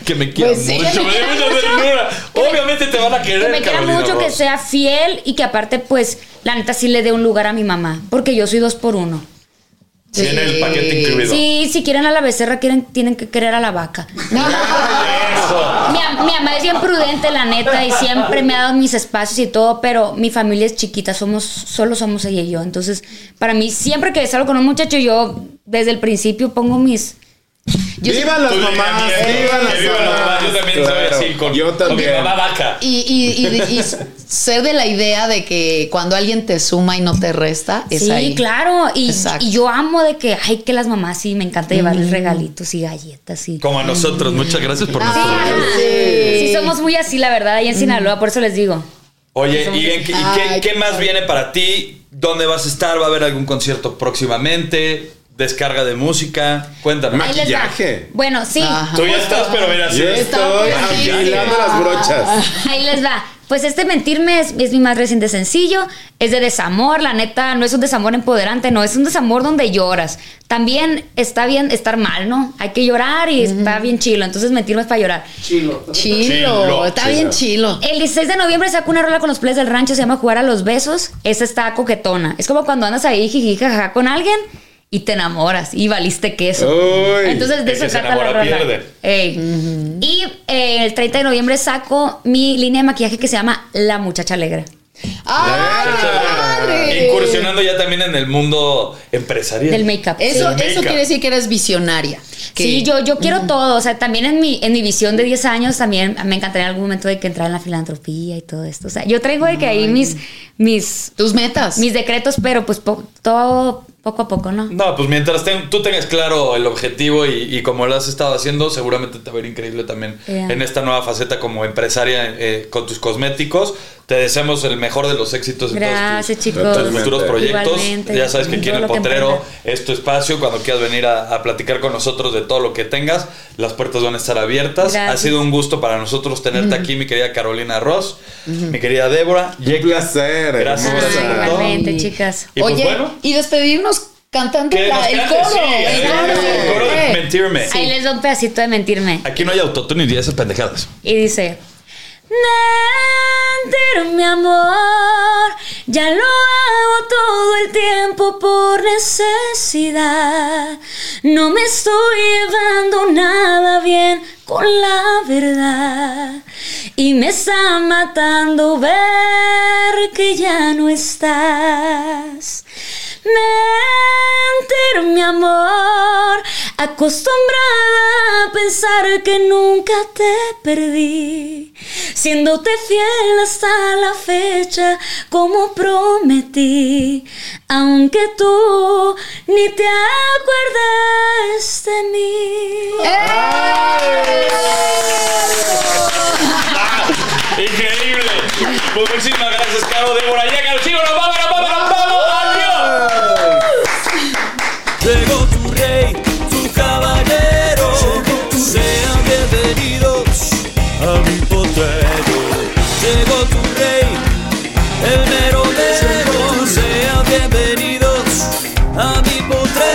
S1: Que me quieran
S4: Pues sí,
S1: mucho.
S4: que me
S1: me dio
S4: quieran
S1: mucha
S4: mucho.
S1: ternura. Obviamente te van a
S2: que
S1: querer.
S2: me quieran
S1: Carolina
S2: mucho, que
S1: Ross.
S2: sea fiel y que aparte, pues, la neta sí le dé un lugar a mi mamá. Porque yo soy dos por uno.
S1: Tiene el paquete
S4: Sí.
S1: incluido.
S2: Sí, si quieren a la becerra, quieren, tienen que querer a la vaca.
S1: Eso.
S2: Mi, am- mi mamá es bien prudente, la neta, y siempre me ha dado mis espacios y todo, pero mi familia es chiquita, somos, solo somos ella y yo. Entonces, para mí, siempre que salgo con un muchacho, yo desde el principio pongo mis...
S3: ¡Viva las
S1: Tú le
S3: mamás!
S1: cambias,
S3: ¡Viva
S1: que
S3: las
S1: viva las mamás.
S3: mamás!
S1: Yo también
S3: Claro.
S1: soy así con,
S3: Yo
S1: con mi
S3: también.
S1: mamá vaca.
S4: Y, y- y- y ser de la idea de que cuando alguien te suma y no te resta, es
S2: sí,
S4: ahí.
S2: claro. Y,
S4: Exacto.
S2: y yo amo de que, ay, que las mamás sí, me encanta llevarles regalitos y galletas y...
S1: Como a nosotros. Muchas gracias por nuestro
S4: Ah,
S1: regalo.
S2: Sí, somos muy así, la verdad, ahí en Sinaloa, por eso les digo.
S1: Oye, ¿y, en- y
S4: Ay,
S1: qué, qué
S4: qué
S1: más
S4: padre.
S1: viene para ti? ¿Dónde vas a estar? ¿Va a haber algún concierto próximamente? ¿Descarga de música? Cuéntame.
S3: Ma-
S2: Ahí les va.
S3: Maquillaje.
S2: Bueno, sí.
S4: Ajá.
S1: Tú ya estás, pero mira, así.
S3: Yo estoy
S4: Está buenísimo.
S3: afilando las brochas.
S2: Ahí les va. Pues este mentirme es, es mi más reciente sencillo, es de desamor, la neta, no es un desamor empoderante, no, es un desamor donde lloras. También está bien estar mal, ¿no? Hay que llorar y está bien chilo, entonces mentirme es para llorar.
S4: Chilo,
S1: Chilo,
S4: está bien chilo.
S2: El 16 de noviembre saco una rola con los players del rancho, se llama Jugar a los Besos, esa está coquetona. Es como cuando andas ahí jiji, jaja, con alguien y te enamoras y valiste queso.
S3: Uy.
S2: Entonces de
S1: El que
S2: eso
S1: se
S2: trata la
S1: enamora
S2: rola.
S1: pierde.
S2: Ey. Y eh, el 30 de noviembre saco mi línea de maquillaje que se llama La Muchacha Alegre.
S4: ¡Ay, qué padre!
S1: Incursionando ya también en el mundo empresarial.
S2: Del make-up.
S4: Eso,
S1: Del
S4: eso
S1: make-up.
S4: quiere decir que eres visionaria. que-
S2: Sí, yo, yo quiero todo. O sea, también en mi, en mi visión de 10 años, también me encantaría en algún momento de que entrar en la filantropía y todo esto. O sea, yo traigo de que ahí mis, mis,
S4: Tus metas.
S2: mis decretos, pero pues po- todo poco a poco, ¿no?
S1: No, pues mientras ten- tú tengas claro el objetivo y, y como lo has estado haciendo, seguramente te va a ir increíble también
S2: Yeah.
S1: en esta nueva faceta como empresaria eh, con tus cosméticos. Te deseamos el mejor de los éxitos en todos tus-
S2: Gracias, chicos.
S1: tus futuros proyectos.
S2: Igualmente.
S1: ya sabes que aquí en
S2: Todo
S1: el
S2: lo que
S1: potrero
S2: emprenda.
S1: es tu espacio. Cuando quieras venir a, a platicar con nosotros de todo lo que tengas, las puertas van a estar abiertas. Ha
S2: Gracias.
S1: sido un gusto para nosotros tenerte aquí, mi querida Carolina Ross, mi querida Débora.
S3: Un placer.
S1: Gracias.
S2: Ah,
S3: hermosa.
S1: Gracias.
S2: igualmente, chicas.
S1: Y pues
S4: Oye,
S1: bueno.
S4: y despedirnos cantando
S1: Que nos
S4: la- el
S1: cante,
S4: coro.
S1: sí,
S4: el
S1: el
S4: coro.
S1: coro de
S4: Eh.
S1: Mentirme.
S2: Ahí les doy un pedacito de mentirme.
S1: Aquí no hay autotune ni esas pendejadas.
S2: Y dice, Mentir, mi amor, ya lo hago todo el tiempo por necesidad. No me estoy llevando nada bien con la verdad. Y me está matando ver que ya no estás. Mentir, mi amor, acostumbrada a pensar que nunca te perdí, siéndote fiel hasta la fecha como prometí, aunque tú ni te acuerdes de mí.
S4: ¡Eh!
S1: Increíble. Pues muchísimas gracias, Caro Débora. Ya, Caro, chico, nos vamos, nos vamos, nos vamos. Adiós.
S8: Llegó tu rey, tu caballero. Sean bienvenidos a mi potrero. Llegó tu rey, el merodero. Sean bienvenidos a mi potrero.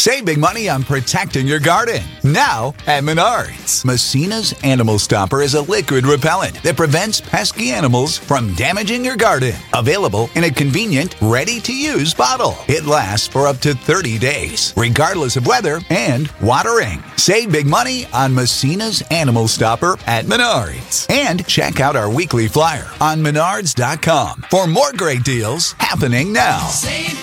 S9: Save big money on protecting your garden. Now at Menards. Messina's Animal Stopper is a liquid repellent that prevents pesky animals from damaging your garden. Available in a convenient, ready to use bottle. It lasts for up to 30 days, regardless of weather and watering. Save big money on Messina's Animal Stopper at Menards. And check out our weekly flyer on menards.com for more great deals happening now.
S8: Save